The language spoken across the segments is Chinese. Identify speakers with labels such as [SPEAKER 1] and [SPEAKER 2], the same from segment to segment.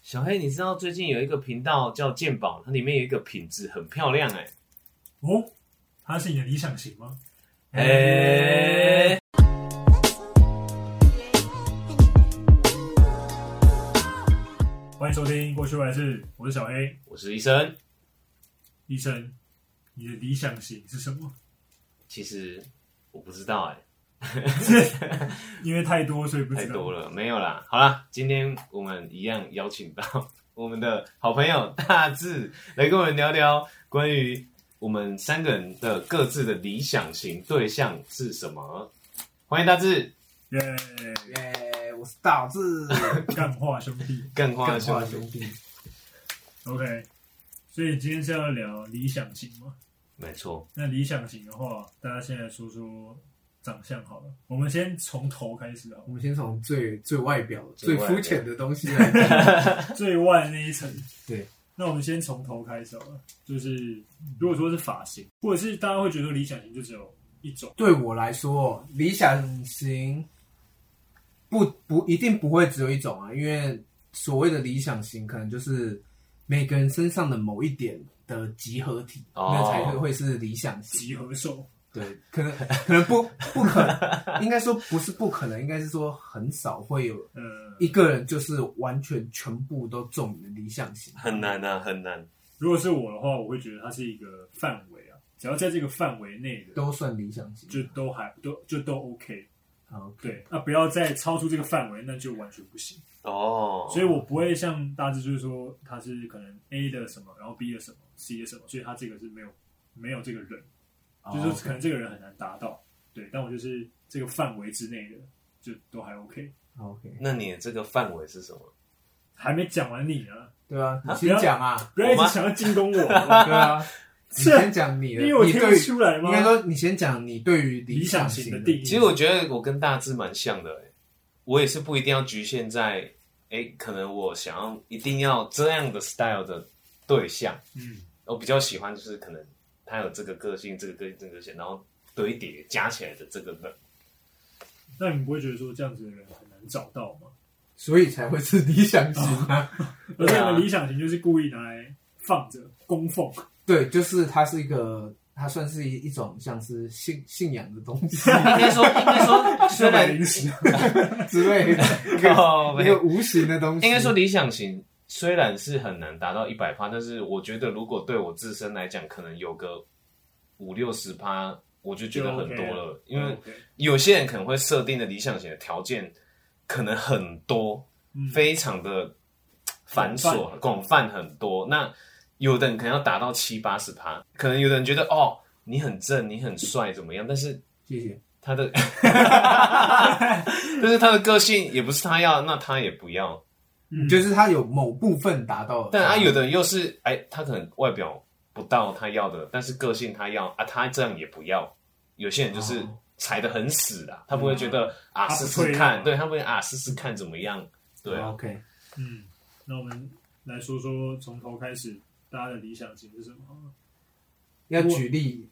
[SPEAKER 1] 小黑，你知道最近有一个频道叫鉴宝，它里面有一个品质很漂亮哎、
[SPEAKER 2] 哦，它是你的理想型吗？哎
[SPEAKER 1] 哎、
[SPEAKER 2] 欢迎收听《过去未来事》，我是小黑
[SPEAKER 1] 我是医生。
[SPEAKER 2] 医生。你的理想型是什么？
[SPEAKER 1] 其实我不知道哎、
[SPEAKER 2] 因为太多，所以不
[SPEAKER 1] 太
[SPEAKER 2] 知道。
[SPEAKER 1] 多了，没有啦。好啦，今天我们一样邀请到我们的好朋友大志来跟我们聊聊关于我们三个人的各自的理想型对象是什么。欢迎大志，
[SPEAKER 2] 耶、
[SPEAKER 3] 耶，哎我是大 志，
[SPEAKER 2] 干话兄弟。
[SPEAKER 1] 干花
[SPEAKER 3] 干
[SPEAKER 1] 兄
[SPEAKER 3] 话
[SPEAKER 1] 弟，
[SPEAKER 3] 兄弟，
[SPEAKER 2] OK，所以今天是要聊理想型吗？
[SPEAKER 1] 没错，
[SPEAKER 2] 那理想型的话，大家先来说说长相好了。我们先从头开始啊，
[SPEAKER 3] 我们先从最最外表、
[SPEAKER 1] 最
[SPEAKER 3] 最
[SPEAKER 1] 外表
[SPEAKER 3] 肤浅的东西来看。
[SPEAKER 2] 最外那一层。
[SPEAKER 3] 对，
[SPEAKER 2] 那我们先从头开始好了。就是如果说是发型，或者是大家会觉得理想型就只有一种，
[SPEAKER 3] 对我来说，理想型不不一定不会只有一种啊，因为所谓的理想型，可能就是每个人身上的某一点的集合体，
[SPEAKER 1] 哦
[SPEAKER 3] 那才会是理想型。
[SPEAKER 2] 集合兽。
[SPEAKER 3] 对，可能可能不不可能，应该说不是不可能，应该是说很少会有
[SPEAKER 2] 呃，
[SPEAKER 3] 一个人就是完全全部都中你的理想型。
[SPEAKER 1] 很难啊，很难。
[SPEAKER 2] 如果是我的话，我会觉得它是一个范围啊，只要在这个范围内的，
[SPEAKER 3] 都算理想型。
[SPEAKER 2] 就都还都就都 OK。
[SPEAKER 3] 好，
[SPEAKER 2] 对，那不要再超出这个范围，那就完全不行。
[SPEAKER 1] 哦，
[SPEAKER 2] 所以我不会像大致就是说他是可能 A 的什么，然后 B 的什么，C 的什么，所以他这个是没有没有这个人，就是说
[SPEAKER 3] 哦
[SPEAKER 2] 可能这个人很难达到。对，但我就是这个范围之内的，就都还 OK。
[SPEAKER 3] OK，
[SPEAKER 1] 那你的这个范围是什么？
[SPEAKER 2] 还没讲完你呢，
[SPEAKER 3] 对啊，你先讲啊，
[SPEAKER 2] 不要一
[SPEAKER 1] 我
[SPEAKER 2] 直
[SPEAKER 1] 吗
[SPEAKER 2] 想要进 攻我，
[SPEAKER 3] 对啊，你
[SPEAKER 2] 是
[SPEAKER 3] 先讲你
[SPEAKER 2] 因
[SPEAKER 3] 的，
[SPEAKER 2] 为我
[SPEAKER 3] 你
[SPEAKER 2] 听不
[SPEAKER 3] 对于
[SPEAKER 2] 出来吗
[SPEAKER 3] 应？该说你先讲你对于
[SPEAKER 2] 理
[SPEAKER 3] 想
[SPEAKER 2] 想型的
[SPEAKER 3] 的
[SPEAKER 2] 定义，
[SPEAKER 1] 其实我觉得我跟大志蛮像的、欸，我也是不一定要局限在，哎、可能我想要一定要这样的 style 的对象，
[SPEAKER 2] 嗯，
[SPEAKER 1] 我比较喜欢就是可能他有这个个性，这个个性，这个个性，然后堆叠加起来的这个人。
[SPEAKER 2] 那你不会觉得说这样子的人很难找到吗？
[SPEAKER 3] 所以才会是理想型啊。
[SPEAKER 2] 而
[SPEAKER 1] 对
[SPEAKER 2] 且
[SPEAKER 1] 啊
[SPEAKER 2] 你的理想型就是故意拿来放着供奉，
[SPEAKER 3] 对，就是它是一个，它算是一一种像是信信仰的东西
[SPEAKER 1] 应该说，应该 说，虽
[SPEAKER 2] 是买
[SPEAKER 1] 然
[SPEAKER 2] 零食，
[SPEAKER 3] 之 类的，
[SPEAKER 1] 靠
[SPEAKER 3] 一
[SPEAKER 1] 背
[SPEAKER 3] 个无形的东
[SPEAKER 1] 哦
[SPEAKER 3] 西。
[SPEAKER 1] 应该说理想型虽然是很难达到一百趴，但是我觉得如果对我自身来讲，可能有个五六十趴，我就觉得很多了，嗯因 为。
[SPEAKER 2] OK，
[SPEAKER 1] 有些人可能会设定的理想型的条件可能很多，
[SPEAKER 2] 嗯
[SPEAKER 1] 非常的繁
[SPEAKER 2] 广
[SPEAKER 1] 琐、
[SPEAKER 2] 泛
[SPEAKER 1] 广泛很多。那有的人可能要达到七八十趴，可能有的人觉得哦，你很正，你很帅，怎么样？但是
[SPEAKER 3] 谢谢。
[SPEAKER 1] 他的， 但是他的个性也不是他要，那他也不要。
[SPEAKER 2] 嗯
[SPEAKER 3] 就是它有某部分达到了，
[SPEAKER 1] 但啊，有的人又是哎，他可能外表不到他要的，但是个性他要啊，他这样也不要。有些人就是
[SPEAKER 3] 哦
[SPEAKER 1] 踩得很死的，他不会觉得啊
[SPEAKER 2] 他
[SPEAKER 1] 试
[SPEAKER 2] 不
[SPEAKER 1] 试
[SPEAKER 2] 退
[SPEAKER 1] 看，
[SPEAKER 2] 让
[SPEAKER 1] 对他不会啊试试看怎么样，对啊，
[SPEAKER 3] OK，
[SPEAKER 2] 嗯，那我们来说说从头开始，大家的理想型是什么？
[SPEAKER 3] 要举例，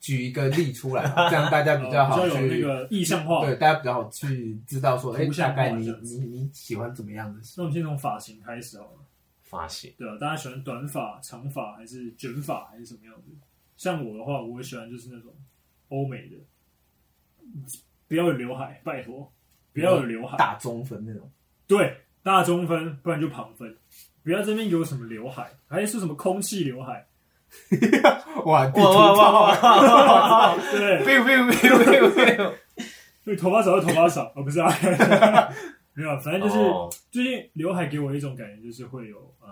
[SPEAKER 3] 举一个例出来嘛，这样大家比较好
[SPEAKER 2] 呃
[SPEAKER 3] 去
[SPEAKER 2] 比较有那个意象化。
[SPEAKER 3] 对，大家比较好去知道说，哎、
[SPEAKER 2] 图像
[SPEAKER 3] 大
[SPEAKER 2] 化
[SPEAKER 3] 概你
[SPEAKER 2] 这样子
[SPEAKER 3] 你你喜欢怎么样的？
[SPEAKER 2] 那我们先从发型开始好了。
[SPEAKER 1] 发型
[SPEAKER 2] 对啊，大家喜欢短发、长发还是卷发还是什么样子？像我的话，我喜欢就是那种欧美的，不要有刘海，拜托，不要有刘海，
[SPEAKER 3] 大中分那种，
[SPEAKER 2] 对，大中分，不然就旁分。不要这边给我什么刘海，还是说什么空气刘海？
[SPEAKER 3] 哇，地图
[SPEAKER 1] 哇哇哇哇
[SPEAKER 3] 炮，
[SPEAKER 2] 对，
[SPEAKER 1] ，biu biu biu biu biu，
[SPEAKER 2] 对，头发少就头发少，哦，不是啊， 没有啊，反正就是、
[SPEAKER 1] 哦
[SPEAKER 2] 最近刘海给我一种感觉，就是会有嗯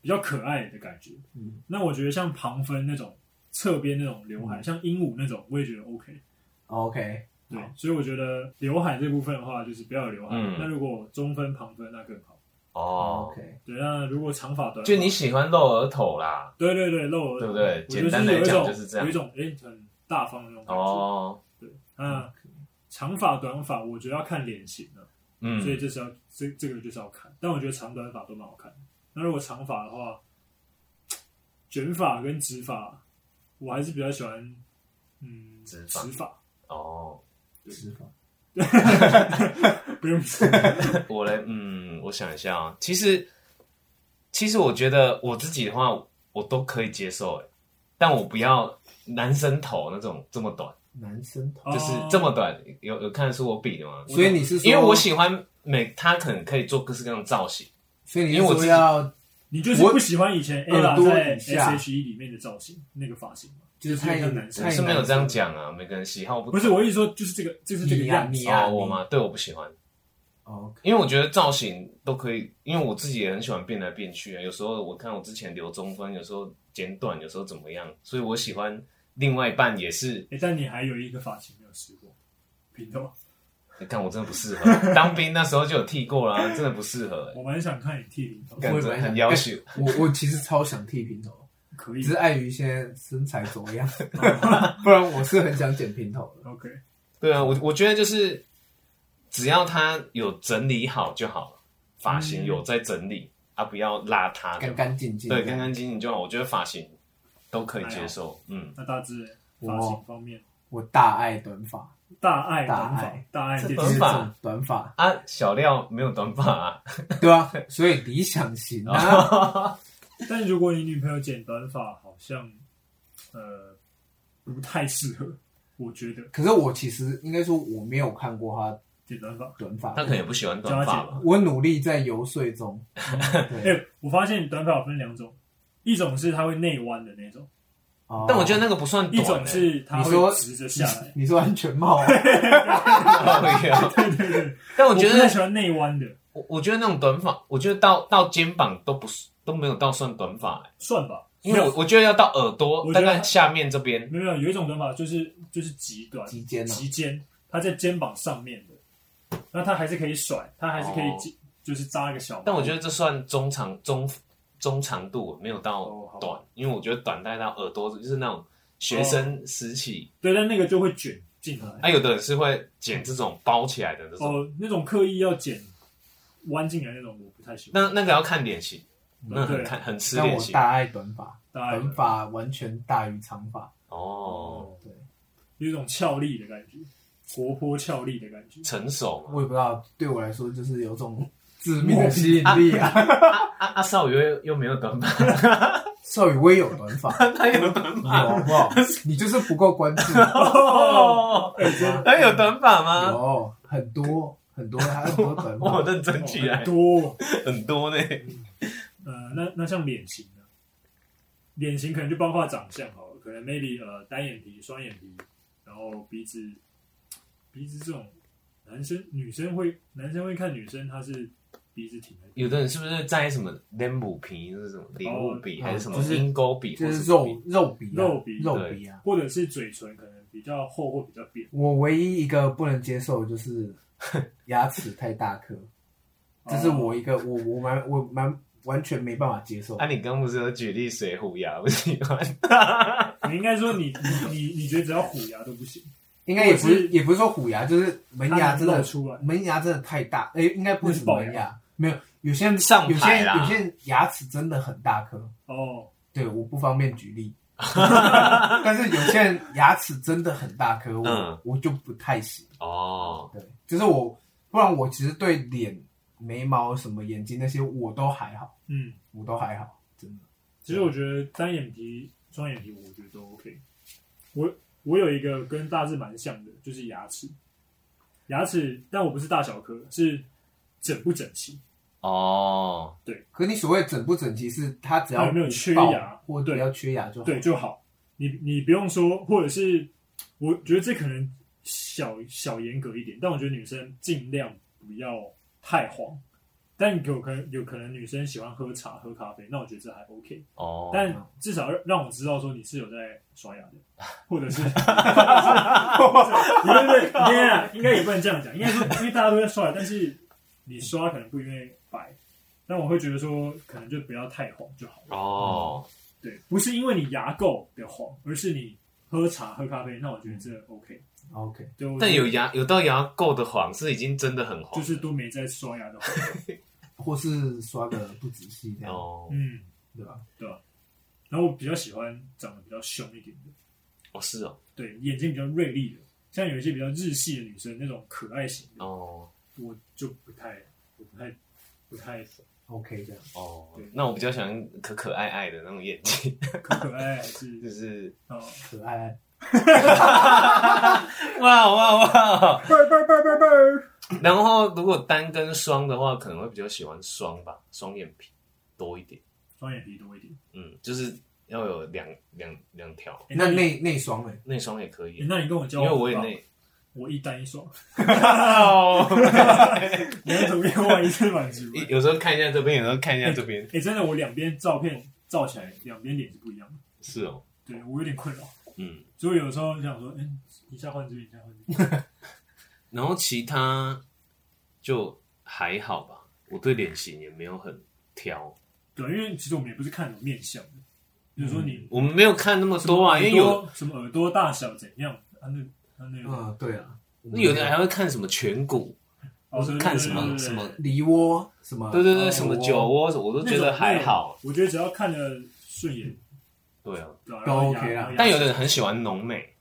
[SPEAKER 2] 比较可爱的感觉。
[SPEAKER 3] 嗯
[SPEAKER 2] 那我觉得像旁分那种侧边那种刘
[SPEAKER 1] 嗯
[SPEAKER 2] 海，像鹦鹉那种，我也觉得 OK。
[SPEAKER 3] ，OK，
[SPEAKER 2] 对，所以我觉得刘海这部分的话，就是不要有刘海。
[SPEAKER 1] 嗯
[SPEAKER 2] 那如果中分、旁分，那更好。
[SPEAKER 1] 哦，
[SPEAKER 3] ，OK，
[SPEAKER 2] 对，那如果长发短发，
[SPEAKER 1] 就你喜欢露额头啦，
[SPEAKER 2] 对对对露耳，
[SPEAKER 1] 对不对
[SPEAKER 2] 我觉
[SPEAKER 1] 简
[SPEAKER 2] 得
[SPEAKER 1] 单来
[SPEAKER 2] 有一
[SPEAKER 1] 讲
[SPEAKER 2] 种
[SPEAKER 1] 就是这样
[SPEAKER 2] 有一种哎很大方的那种感觉。
[SPEAKER 1] 哦，
[SPEAKER 2] 对，那长发短发，我觉得要看脸型了。所以
[SPEAKER 1] 嗯，
[SPEAKER 2] 这是要这这个就是要看。但我觉得长短发都蛮好看的。那如果长发的话，卷发跟直发，我还是比较喜欢，嗯，
[SPEAKER 1] 直发
[SPEAKER 2] 直发。
[SPEAKER 1] 哦，
[SPEAKER 3] 直发，
[SPEAKER 2] 不用
[SPEAKER 1] 我来，嗯，我想一下啊，其实，其实我觉得我自己的话，我都可以接受，哎，但我不要男生头那种这么短，
[SPEAKER 3] 男生
[SPEAKER 2] 哦
[SPEAKER 3] 头，
[SPEAKER 1] 就是这么短，有有看得出我比的吗？
[SPEAKER 3] 所以你是说
[SPEAKER 1] 因为我喜欢每他可能可以做各式各样的造型，
[SPEAKER 3] 所以你是
[SPEAKER 1] 因为我
[SPEAKER 3] 说
[SPEAKER 1] 自己
[SPEAKER 3] 要
[SPEAKER 2] 你就是
[SPEAKER 3] 我
[SPEAKER 2] 不喜欢以前
[SPEAKER 3] 耳
[SPEAKER 2] Ella
[SPEAKER 3] 朵
[SPEAKER 2] 在
[SPEAKER 3] 以下
[SPEAKER 2] SHE 里面的造型，那个发型吗？
[SPEAKER 3] 就是
[SPEAKER 2] 太
[SPEAKER 3] 太
[SPEAKER 2] 难受
[SPEAKER 1] 我
[SPEAKER 3] 太
[SPEAKER 1] 是没有
[SPEAKER 3] 难
[SPEAKER 1] 这样讲啊，每个人喜好不
[SPEAKER 2] 不是，我一直说就是这个，就是这个
[SPEAKER 3] 你呀
[SPEAKER 2] 样子
[SPEAKER 3] 你。呀
[SPEAKER 1] 哦我吗？对，我不喜欢，
[SPEAKER 3] 哦
[SPEAKER 1] 因为我觉得造型都可以，因为我自己也很喜欢变来变去啊。有时候我看我之前留中分，有时候剪短，有时候怎么样，所以我喜欢另外一半也是
[SPEAKER 2] 哎，但你还有一个发型没有试过，平头。
[SPEAKER 1] 你看我真的不适合， 当兵那时候就有剃过啦，真的不适合、欸。
[SPEAKER 2] 我蛮想看你剃平头，
[SPEAKER 1] 干
[SPEAKER 3] 我也
[SPEAKER 1] 真的
[SPEAKER 3] 蛮想
[SPEAKER 1] 很要 求，
[SPEAKER 3] 我我其实超想剃平头，
[SPEAKER 2] 可以
[SPEAKER 3] 只。是碍于现在身材怎么样， 不然我是很想剪平头的。
[SPEAKER 2] OK，
[SPEAKER 1] 对啊，我我觉得就是只要他有整理好就好了，发
[SPEAKER 2] 嗯
[SPEAKER 1] 型有在整理、啊，不要邋遢就好，
[SPEAKER 3] 干干净净的，
[SPEAKER 1] 对，干干净净就好。我觉得发型都可以接受，嗯，
[SPEAKER 2] 那大致
[SPEAKER 3] 我
[SPEAKER 2] 发型方面，
[SPEAKER 3] 我大爱短发，
[SPEAKER 2] 大爱
[SPEAKER 3] 大
[SPEAKER 2] 短发
[SPEAKER 3] 爱，
[SPEAKER 2] 大爱
[SPEAKER 1] 这
[SPEAKER 2] 电
[SPEAKER 1] 短
[SPEAKER 2] 视
[SPEAKER 1] 发
[SPEAKER 3] 就是这种短发，
[SPEAKER 1] 啊，小廖没有短发 啊，
[SPEAKER 3] 对啊，所以理想型
[SPEAKER 1] 哦
[SPEAKER 3] 啊，
[SPEAKER 2] 但如果你女朋友剪短发，好像呃不太适合，我觉得
[SPEAKER 3] 可是我其实应该说我没有看过他
[SPEAKER 2] 剪短发。
[SPEAKER 3] 短发
[SPEAKER 1] 他，可能也不喜欢短发吧。
[SPEAKER 3] 我努力在游说中。
[SPEAKER 2] 哎、
[SPEAKER 3] 对
[SPEAKER 2] 我发现短发有分两种，一种是它会内弯的那种，
[SPEAKER 3] 哦
[SPEAKER 1] 但我觉得那个不算
[SPEAKER 2] 一
[SPEAKER 1] 短、欸，
[SPEAKER 2] 种是它
[SPEAKER 3] 你说
[SPEAKER 2] 会直着下来。
[SPEAKER 3] 你说安全帽啊，
[SPEAKER 1] 对对对。但我觉
[SPEAKER 2] 不太
[SPEAKER 1] 得
[SPEAKER 2] 喜欢内弯的，
[SPEAKER 1] 我我觉得那种短发，我觉得到到肩膀都不是都没有到算短发、欸，
[SPEAKER 2] 算吧。
[SPEAKER 1] 因为我我觉得要到耳朵，
[SPEAKER 2] 我
[SPEAKER 1] 大
[SPEAKER 2] 觉得
[SPEAKER 1] 概下面这边，
[SPEAKER 2] 没有没有，有一种短发就是就是极短
[SPEAKER 3] 及肩啊
[SPEAKER 2] 及肩，它在肩膀上面的，那它还是可以甩，它还是可以、
[SPEAKER 1] 哦
[SPEAKER 2] 就是扎一个小毛。
[SPEAKER 1] 但我觉得这算中长中中长度，没有到
[SPEAKER 2] 哦好吧
[SPEAKER 1] 短，因为我觉得短戴到耳朵就是那种学生
[SPEAKER 2] 哦
[SPEAKER 1] 时期，
[SPEAKER 2] 对，但那个就会卷进来。
[SPEAKER 1] 啊，有的人是会剪这种包起来的这种，
[SPEAKER 2] 哦，那种刻意要剪弯进来那种，我不太喜欢。
[SPEAKER 1] 那那个要看脸型，那
[SPEAKER 2] 嗯对
[SPEAKER 1] 很看很吃
[SPEAKER 3] 但
[SPEAKER 1] 脸
[SPEAKER 3] 我
[SPEAKER 1] 型
[SPEAKER 3] 大爱短发，
[SPEAKER 2] 大概
[SPEAKER 3] 短发完全大于长发，
[SPEAKER 1] 哦，
[SPEAKER 3] 对，
[SPEAKER 2] 有一种俏丽的感觉，活泼俏丽的感觉。
[SPEAKER 1] 成熟嘛。
[SPEAKER 3] 我也不知道，对我来说就是有种致命的吸引力啊。
[SPEAKER 1] 啊啊，少宇又又没有短 发，
[SPEAKER 3] 少宇我也有短发，
[SPEAKER 1] 他有短
[SPEAKER 3] 有
[SPEAKER 1] 发，
[SPEAKER 3] 好不好？你就是不够关注，
[SPEAKER 1] 哦，
[SPEAKER 2] 哎
[SPEAKER 1] 他有短发吗？
[SPEAKER 3] 有很多很多，还有很多 短
[SPEAKER 1] 我
[SPEAKER 3] 发。
[SPEAKER 1] 认真起
[SPEAKER 2] 哦
[SPEAKER 1] 来
[SPEAKER 2] 很，多。
[SPEAKER 1] 很多呢。
[SPEAKER 2] 呃，那那像脸型呢？脸型可能就包括长相好了，可能 maybe 呃单眼皮、双眼皮，然后鼻子，鼻子这种男生女生会男生会看女生，她是鼻子挺的，
[SPEAKER 1] 有的人是不是在什么 lembu 皮，就是什么铃木笔，
[SPEAKER 3] 哦
[SPEAKER 1] 还是什么
[SPEAKER 3] 就是
[SPEAKER 1] 鹰钩笔，
[SPEAKER 3] 就
[SPEAKER 1] 或
[SPEAKER 3] 是
[SPEAKER 1] 什么
[SPEAKER 3] 肉
[SPEAKER 1] 笔
[SPEAKER 3] 肉鼻啊，
[SPEAKER 2] 肉鼻
[SPEAKER 3] 肉鼻啊！
[SPEAKER 2] 或者是嘴唇可能比较厚或比较扁。
[SPEAKER 3] 我唯一一个不能接受的就是牙齿太大颗，这是我一个我我蛮我蛮完全没办法接受。
[SPEAKER 1] 啊，你刚不是有举例水虎牙不喜欢？
[SPEAKER 2] 你应该说你你你你觉得只要虎牙都不行，
[SPEAKER 3] 应该也不
[SPEAKER 2] 我
[SPEAKER 3] 是
[SPEAKER 2] 是
[SPEAKER 3] 也不是说虎牙，就是门牙真
[SPEAKER 2] 它能露
[SPEAKER 3] 的
[SPEAKER 2] 出来
[SPEAKER 3] 门牙真的太大，哎、应该不是门
[SPEAKER 2] 那是龅
[SPEAKER 3] 牙，没有有些人
[SPEAKER 1] 上
[SPEAKER 3] 有些
[SPEAKER 1] 排
[SPEAKER 3] 人
[SPEAKER 1] 啦
[SPEAKER 3] 有些人牙齿真的很大颗，
[SPEAKER 2] 哦，
[SPEAKER 3] 对，我不方便举例，但是有些人牙齿真的很大颗，我、
[SPEAKER 1] 嗯
[SPEAKER 3] 我就不太行，
[SPEAKER 1] 哦，
[SPEAKER 3] 对，就是我不然我其实对脸、眉毛、什么眼睛那些我都还好，
[SPEAKER 2] 嗯，
[SPEAKER 3] 我都还好，真的，
[SPEAKER 2] 其实我觉得单眼皮、双眼皮，我觉得都 OK。我我有一个跟大致蛮像的，就是牙齿，牙齿，但我不是大小颗，是整不整齐。
[SPEAKER 1] 哦，
[SPEAKER 3] 可你所谓整不整齐是它只
[SPEAKER 2] 它
[SPEAKER 3] 要
[SPEAKER 2] 有没有
[SPEAKER 3] 不
[SPEAKER 2] 缺
[SPEAKER 3] 爆
[SPEAKER 2] 牙
[SPEAKER 3] 或者
[SPEAKER 2] 对
[SPEAKER 3] 不要缺牙就好，
[SPEAKER 2] 对就好。你你不用说，或者是我觉得这可能小小严格一点，但我觉得女生尽量不要太黄。但有可能有可能女生喜欢喝茶喝咖啡，那我觉得这还 OK。
[SPEAKER 1] 哦，
[SPEAKER 2] 但至少让让我知道说你是有在刷牙的，或者是，不是不是，应该啊应该也不能这样讲，应该说因为大家都在刷牙，但是你刷可能不一定会白，但我会觉得说可能就不要太黄就好了。
[SPEAKER 1] 哦，
[SPEAKER 2] 对，不是因为你牙垢的黄，而是你喝茶喝咖啡，那我觉得这 OK。
[SPEAKER 3] ，OK，
[SPEAKER 2] 对，我觉
[SPEAKER 1] 嗯
[SPEAKER 2] 得
[SPEAKER 1] 但有牙有到牙垢的黄是已经真的很黄，
[SPEAKER 2] 嗯就是都没在刷牙的黄，
[SPEAKER 3] 或是刷的不仔细这样，
[SPEAKER 1] 哦，
[SPEAKER 2] 嗯，
[SPEAKER 3] 对吧？
[SPEAKER 2] 然后我比较喜欢长得比较凶一点的，
[SPEAKER 1] 哦是哦，
[SPEAKER 2] 对，眼睛比较锐利的，像有一些比较日系的女生那种可爱型的，
[SPEAKER 1] 哦
[SPEAKER 2] 我就不太，我不太，不太
[SPEAKER 3] ，OK 这样。
[SPEAKER 1] 哦
[SPEAKER 2] 对，
[SPEAKER 1] 那我比较喜欢可可爱爱的那种眼睛，
[SPEAKER 2] 可可爱还哎是
[SPEAKER 1] 就是
[SPEAKER 2] 哦，
[SPEAKER 3] 可爱，
[SPEAKER 1] 哇哇哇！
[SPEAKER 2] 啵儿啵儿啵儿啵儿啵儿，
[SPEAKER 1] 然后如果单跟双的话，可能会比较喜欢双吧，双眼皮多一点。
[SPEAKER 2] 双眼皮多一点。
[SPEAKER 1] 嗯，就是要有两两两条，
[SPEAKER 2] 诶
[SPEAKER 3] 那
[SPEAKER 2] 你、
[SPEAKER 3] 内内双哎，
[SPEAKER 1] 内双也可以啊
[SPEAKER 2] 诶，那你跟我交
[SPEAKER 1] 因
[SPEAKER 2] 往
[SPEAKER 1] 为
[SPEAKER 2] 吧，
[SPEAKER 1] 我也内。
[SPEAKER 2] 我一单一双， 啊
[SPEAKER 1] 哦
[SPEAKER 2] 你的图片我一次满 足。
[SPEAKER 1] 有时候看一下这边，有时候看一下这边，
[SPEAKER 2] 哎、真的，我两边照片照起来，两边脸是不一样的。
[SPEAKER 1] 是哦，
[SPEAKER 2] 对我有点困扰，
[SPEAKER 1] 嗯。
[SPEAKER 2] 所以有时候想说，嗯、一下换这边，一下换这边。
[SPEAKER 1] 然后其他就还好吧，我对脸型也没有很挑，
[SPEAKER 2] 对，因为其实我们也不是看什么面相的，就是说你
[SPEAKER 1] 我们没有看那么
[SPEAKER 2] 什么
[SPEAKER 1] 多啊，因为
[SPEAKER 2] 耳
[SPEAKER 1] 有
[SPEAKER 2] 朵什么耳朵大小怎样，啊那啊那个，
[SPEAKER 3] 嗯，对啊，
[SPEAKER 1] 那有的还会看什么颧骨，
[SPEAKER 2] 哦对对
[SPEAKER 1] 看
[SPEAKER 2] 对
[SPEAKER 1] 什
[SPEAKER 2] 对
[SPEAKER 1] 么
[SPEAKER 2] 对
[SPEAKER 1] 什么
[SPEAKER 3] 梨窝什么，
[SPEAKER 1] 对对
[SPEAKER 3] 哦
[SPEAKER 1] 对，什么酒窝，我都
[SPEAKER 2] 那
[SPEAKER 1] 觉
[SPEAKER 2] 种
[SPEAKER 1] 得还好。。
[SPEAKER 2] 那种我觉得只要看得顺眼，
[SPEAKER 1] 对啊，
[SPEAKER 2] 对啊
[SPEAKER 3] 都
[SPEAKER 2] 然后牙
[SPEAKER 3] OK 啦
[SPEAKER 2] 然后牙
[SPEAKER 1] 但有的人很喜欢浓眉、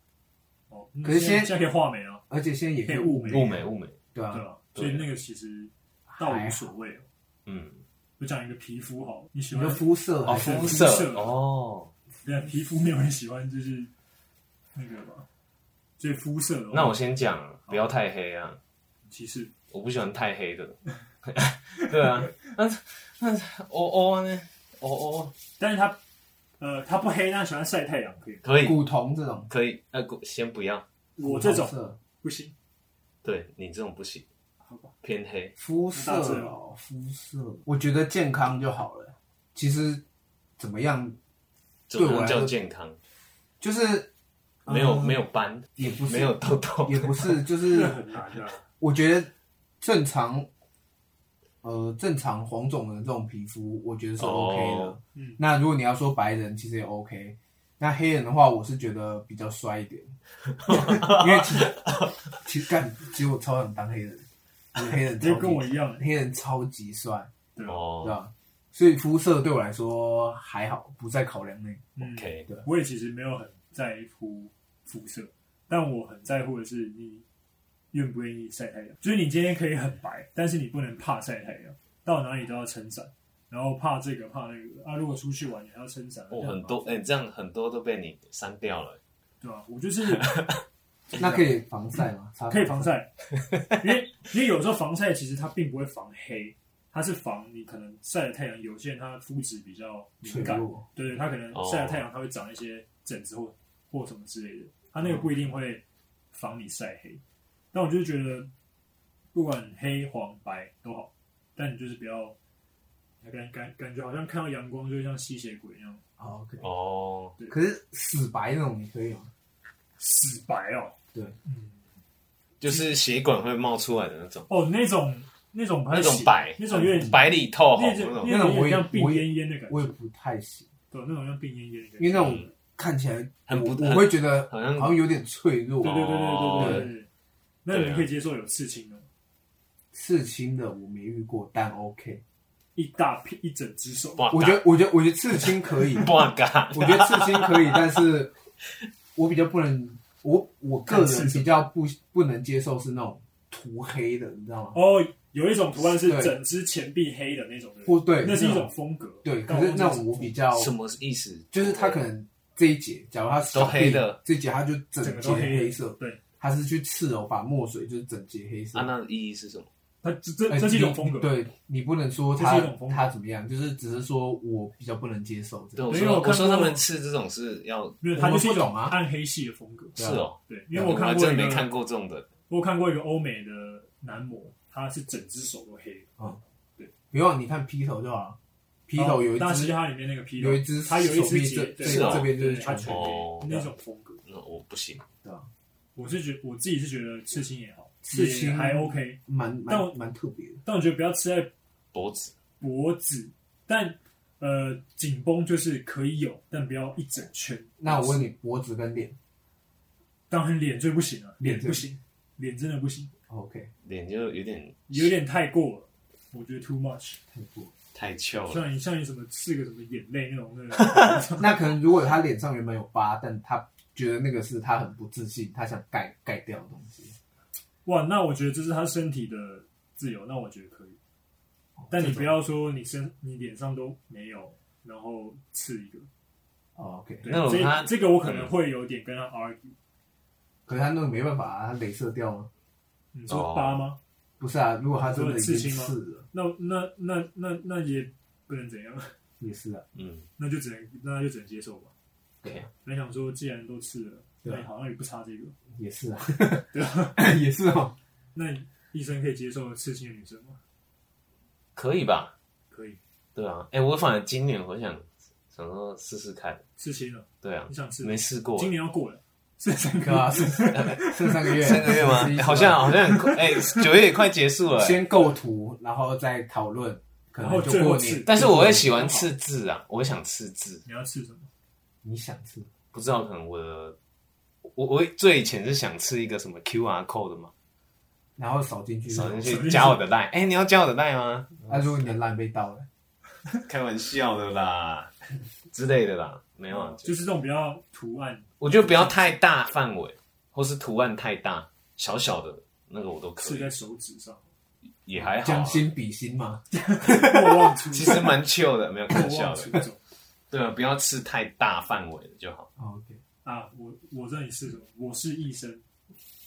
[SPEAKER 2] 哦，那
[SPEAKER 3] 可是
[SPEAKER 2] 现
[SPEAKER 3] 先
[SPEAKER 2] 在现在可以画眉啊，
[SPEAKER 3] 而且现在也可以
[SPEAKER 2] 可以雾
[SPEAKER 3] 雾
[SPEAKER 2] 眉
[SPEAKER 1] 雾眉、雾眉，
[SPEAKER 3] 对
[SPEAKER 2] 对
[SPEAKER 3] 啊，
[SPEAKER 2] 吧？所以
[SPEAKER 1] 对啊
[SPEAKER 2] 那个其实倒无所谓哦。
[SPEAKER 1] 嗯，
[SPEAKER 2] 我讲一个皮肤好了，你喜
[SPEAKER 3] 你
[SPEAKER 2] 欢
[SPEAKER 3] 的肤色
[SPEAKER 1] 哦，
[SPEAKER 3] 还是
[SPEAKER 1] 肤
[SPEAKER 2] 肤色
[SPEAKER 1] 色哦，
[SPEAKER 2] 对，啊皮肤没有人喜欢，就是那个吧。所以肤色的话，哦
[SPEAKER 1] 那我先讲，不要太黑啊，
[SPEAKER 2] 其实
[SPEAKER 1] 我不喜欢太黑的。 对啊，那那欧欧呢？欧欧
[SPEAKER 2] 但是他呃，他不黑，但他喜欢晒太阳，可以吗。
[SPEAKER 1] 可以
[SPEAKER 3] 古铜这种，
[SPEAKER 1] 可以，那不先不要，
[SPEAKER 2] 我这种
[SPEAKER 3] 古铜色
[SPEAKER 2] 不行，
[SPEAKER 1] 对你这种不行，
[SPEAKER 2] 好吧。
[SPEAKER 1] 偏黑。
[SPEAKER 3] 肤
[SPEAKER 2] 大致
[SPEAKER 3] 色哦，肤色，我觉得健康就好了。其实怎么样，
[SPEAKER 1] 怎么
[SPEAKER 3] 对
[SPEAKER 1] 样
[SPEAKER 3] 我来
[SPEAKER 1] 叫
[SPEAKER 3] 说
[SPEAKER 1] 健康？
[SPEAKER 3] 就是
[SPEAKER 1] 没有
[SPEAKER 3] 嗯
[SPEAKER 1] 没有斑，
[SPEAKER 3] 也不是
[SPEAKER 1] 没有痘痘
[SPEAKER 3] 也。不是，就
[SPEAKER 2] 这
[SPEAKER 3] 是
[SPEAKER 2] 个很难的，
[SPEAKER 3] 我觉得正常，呃，正常黄种人这种皮肤，我觉得是 OK 的。
[SPEAKER 1] 哦
[SPEAKER 2] 嗯
[SPEAKER 3] 那如果你要说白人，其实也 OK。那黑人的话，我是觉得比较 衰一点，因为其实其实干，其实我超想当黑人，我黑人超
[SPEAKER 2] 就
[SPEAKER 3] 级
[SPEAKER 2] 跟我一样，
[SPEAKER 3] 黑人超级帅，
[SPEAKER 2] 对吧？
[SPEAKER 3] 对
[SPEAKER 1] 哦
[SPEAKER 3] 吧？所以肤色对我来说还好，不在考量内。
[SPEAKER 2] 嗯
[SPEAKER 1] ，OK，
[SPEAKER 2] 我也其实没有很在乎肤色，但我很在乎的是你愿不愿意晒太阳。就是你今天可以很白，但是你不能怕晒太阳，到哪里都要撑伞，然后怕这个怕那个啊。如果出去玩也要撑伞，
[SPEAKER 1] 哦，
[SPEAKER 2] 这样
[SPEAKER 3] 嗯
[SPEAKER 1] 很
[SPEAKER 2] 麻
[SPEAKER 1] 多
[SPEAKER 2] 烦
[SPEAKER 1] 哎，这样很多都被你删掉了。
[SPEAKER 2] 对吧、我就是
[SPEAKER 3] 那可以防晒吗？擦
[SPEAKER 2] 嗯可以防，晒，因为因为有时候防晒其实它并不会防黑，它是防你可能晒了太阳，有些人他肤质比较
[SPEAKER 3] 脆
[SPEAKER 2] 敏感，
[SPEAKER 3] 弱。
[SPEAKER 2] 对对，它可能晒了太阳，它会长一些疹子或或什么之类的。它那个不一定会防你晒黑，但我就是觉得，不管黑黄白都好，但你就是不要感感感觉好像看到阳光就像吸血鬼一样
[SPEAKER 3] 好，OK。
[SPEAKER 1] 哦，
[SPEAKER 3] 可是死白那种你可以吗？
[SPEAKER 2] 死白哦。
[SPEAKER 3] 对，
[SPEAKER 2] 嗯，
[SPEAKER 1] 就是血管会冒出来的那种，
[SPEAKER 2] 哦那种那种不太
[SPEAKER 1] 那种
[SPEAKER 2] 行
[SPEAKER 1] 白，
[SPEAKER 2] 那种有点
[SPEAKER 1] 白里透红
[SPEAKER 2] 那
[SPEAKER 1] 那
[SPEAKER 2] 种
[SPEAKER 1] 种。
[SPEAKER 2] 那种有点像
[SPEAKER 3] 那种我也
[SPEAKER 2] 病
[SPEAKER 3] 我也
[SPEAKER 2] 恹恹的感
[SPEAKER 3] 我也
[SPEAKER 2] 觉，
[SPEAKER 3] 不太行，
[SPEAKER 2] 对，那种像病恹恹的感觉。
[SPEAKER 3] 因为那种
[SPEAKER 1] 嗯
[SPEAKER 3] 看起来
[SPEAKER 1] 很不
[SPEAKER 3] 我我会觉得
[SPEAKER 1] 好像
[SPEAKER 3] 好像有点脆弱。
[SPEAKER 2] 对对对对对对对对，那
[SPEAKER 1] 对
[SPEAKER 2] 你
[SPEAKER 1] 啊
[SPEAKER 2] 可以接受有刺青的吗，
[SPEAKER 3] 刺青的我没遇过，但 OK。
[SPEAKER 2] 一大片一整只手。
[SPEAKER 1] 哇
[SPEAKER 3] 我觉得，我觉得，我觉得刺青可以，
[SPEAKER 1] 哇嘎，
[SPEAKER 3] 我觉得刺青可以，但是我比较不能，我我个人比较不不能接受是那种涂黑的，你知道吗？
[SPEAKER 2] 哦，有一种图案是
[SPEAKER 3] 对
[SPEAKER 2] 整只前臂黑的那种，
[SPEAKER 3] 或对，
[SPEAKER 2] 那是一
[SPEAKER 3] 那
[SPEAKER 2] 种风格。
[SPEAKER 3] 对，
[SPEAKER 2] 但
[SPEAKER 3] 可是那
[SPEAKER 2] 忘记
[SPEAKER 3] 种
[SPEAKER 2] 是
[SPEAKER 3] 我比较
[SPEAKER 1] 什么意思？
[SPEAKER 3] 就是他可能这一节，假如他小
[SPEAKER 1] 都黑的
[SPEAKER 3] 这一节他就整
[SPEAKER 2] 整个
[SPEAKER 3] 节
[SPEAKER 2] 都黑
[SPEAKER 3] 黑色，
[SPEAKER 2] 对，
[SPEAKER 3] 他是去刺哦，把墨水就是整节黑色
[SPEAKER 1] 啊，。那意义是什么？
[SPEAKER 2] 它这这
[SPEAKER 3] 哎
[SPEAKER 2] 这是一种
[SPEAKER 3] 你
[SPEAKER 2] 风格。
[SPEAKER 3] 对你不能说
[SPEAKER 2] 这
[SPEAKER 3] 他
[SPEAKER 2] 是一种风格
[SPEAKER 3] 他怎么样，就是只是说我比较不能接受这
[SPEAKER 1] 对，
[SPEAKER 3] 样。
[SPEAKER 1] 我
[SPEAKER 2] 因为我
[SPEAKER 1] 说
[SPEAKER 2] 看
[SPEAKER 1] 我说他
[SPEAKER 2] 过
[SPEAKER 1] 们吃这种是要
[SPEAKER 2] 没有，它就是一
[SPEAKER 3] 我们不
[SPEAKER 2] 种
[SPEAKER 3] 懂啊
[SPEAKER 2] 暗黑系的风格。
[SPEAKER 1] 是
[SPEAKER 3] 对啊
[SPEAKER 1] 哦，
[SPEAKER 2] 对，因为我
[SPEAKER 1] 还
[SPEAKER 2] 看过
[SPEAKER 1] 真
[SPEAKER 2] 一
[SPEAKER 1] 没
[SPEAKER 2] 个，
[SPEAKER 1] 看过这种的。
[SPEAKER 2] 我看过一个欧美的男模，他是整只手都黑的。
[SPEAKER 3] 不用，你看披头就好了，披头有一
[SPEAKER 2] 大西
[SPEAKER 3] 只
[SPEAKER 2] 哈里哦面那个披头，
[SPEAKER 3] 有一只
[SPEAKER 2] 他有一
[SPEAKER 3] 手
[SPEAKER 2] 只
[SPEAKER 3] 臂
[SPEAKER 2] 节
[SPEAKER 3] 这，
[SPEAKER 2] 对
[SPEAKER 3] 这
[SPEAKER 1] 哦
[SPEAKER 3] 这边就
[SPEAKER 2] 对，
[SPEAKER 3] 是
[SPEAKER 2] 他
[SPEAKER 3] 全
[SPEAKER 2] 全
[SPEAKER 3] 黑
[SPEAKER 1] 部哦
[SPEAKER 2] 黑那种风格。
[SPEAKER 1] 那我不行，
[SPEAKER 3] 对啊
[SPEAKER 2] 我是觉我自己是觉得刺青也好，
[SPEAKER 3] 刺
[SPEAKER 2] 也
[SPEAKER 3] 青
[SPEAKER 2] 还 OK，
[SPEAKER 3] 蛮
[SPEAKER 2] 但我
[SPEAKER 3] 蛮蛮特别的。
[SPEAKER 2] 但我觉得不要刺在
[SPEAKER 1] 脖子
[SPEAKER 2] 脖子，但呃紧绷就是可以有，但不要一整圈。
[SPEAKER 3] 那我问你，脖子跟脸
[SPEAKER 2] 当然脸最不行了、啊脸
[SPEAKER 3] 脸
[SPEAKER 2] 不行，脸真的不行，
[SPEAKER 3] 哦，OK，
[SPEAKER 1] 脸就有点
[SPEAKER 2] 有点太过了，我觉得 too much。
[SPEAKER 3] 太酷了。
[SPEAKER 1] 太翘了。
[SPEAKER 2] 像 你像你什么刺个什么眼泪那种那种，
[SPEAKER 3] 那可能如果他脸上原本有疤，但他觉得那个是他很不自信，他想盖盖掉的东西。
[SPEAKER 2] 哇，那我觉得这是他身体的自由，那我觉得可以。
[SPEAKER 3] 哦
[SPEAKER 2] 但你不要说你身你脸上都没有，然后刺一个。
[SPEAKER 3] 哦，OK，
[SPEAKER 2] 对
[SPEAKER 1] 那我他
[SPEAKER 2] 这这个我可能会有点跟他 argue。
[SPEAKER 3] 可是他那个没办法、啊，他镭射掉吗？
[SPEAKER 2] 你说疤吗？
[SPEAKER 3] 不是啊，如果他真的已经
[SPEAKER 2] 你说刺青吗
[SPEAKER 3] 刺了，
[SPEAKER 2] 那那那那那也不能怎样，
[SPEAKER 3] 也是啊，
[SPEAKER 1] 嗯，
[SPEAKER 2] 那就只能那就只能接受吧。
[SPEAKER 1] 对，
[SPEAKER 2] 本来想说，既然都刺了，
[SPEAKER 3] 对啊
[SPEAKER 2] 那好像也不差这个，
[SPEAKER 3] 也是啊，
[SPEAKER 2] 对吧？
[SPEAKER 3] 也是哦。
[SPEAKER 2] 那医生可以接受刺青的女生吗？
[SPEAKER 1] 可以吧？
[SPEAKER 2] 可以，
[SPEAKER 1] 对啊，哎、我反而今年我想想说试试看，
[SPEAKER 2] 刺青了，
[SPEAKER 1] 对啊
[SPEAKER 2] 你，想刺？
[SPEAKER 1] 没试过，啊
[SPEAKER 2] 今年要过了，是三
[SPEAKER 3] 对吧？
[SPEAKER 2] 个，
[SPEAKER 3] 剩 剩三个月，
[SPEAKER 1] 三个月吗？
[SPEAKER 3] 11
[SPEAKER 1] 哎好像好像很快，哎、九月也快结束了、哎
[SPEAKER 3] 先构图，然后再讨论，可能
[SPEAKER 2] 然后
[SPEAKER 3] 就
[SPEAKER 2] 最后
[SPEAKER 3] 过
[SPEAKER 2] 刺
[SPEAKER 3] 年。
[SPEAKER 1] 但是我会喜欢刺字啊，我会想刺字，
[SPEAKER 2] 你要刺什么？
[SPEAKER 3] 你想吃？
[SPEAKER 1] 不知道可能我的我我最以前是想刺一个什么 QR code 的嘛，
[SPEAKER 3] 然后扫进去，
[SPEAKER 1] 扫进
[SPEAKER 2] 扫进
[SPEAKER 1] 去
[SPEAKER 2] 去
[SPEAKER 1] 加我的 line，哎、你要加我的 line 吗？
[SPEAKER 3] 那、如果你的烂被盗了，
[SPEAKER 1] 开玩笑的 啦，之类的啦，没有啊，就
[SPEAKER 2] 就是这种比较图案，
[SPEAKER 1] 我觉得不要太大范围，或是图案太大，小小的那个我都可
[SPEAKER 2] 刺
[SPEAKER 1] 以
[SPEAKER 2] 在，手指上，
[SPEAKER 1] 也还好啊、
[SPEAKER 3] 将心比心嘛。
[SPEAKER 2] 莫忘初
[SPEAKER 1] 其
[SPEAKER 2] 衷，
[SPEAKER 1] 实蛮 chill 的，没有开玩
[SPEAKER 2] 莫
[SPEAKER 1] 笑
[SPEAKER 2] 忘
[SPEAKER 1] 的
[SPEAKER 2] 初，衷
[SPEAKER 1] 对啊，不要刺太大范围的就 好。
[SPEAKER 3] 哦 OK，
[SPEAKER 2] 啊！我我让你刺什么？我是医生，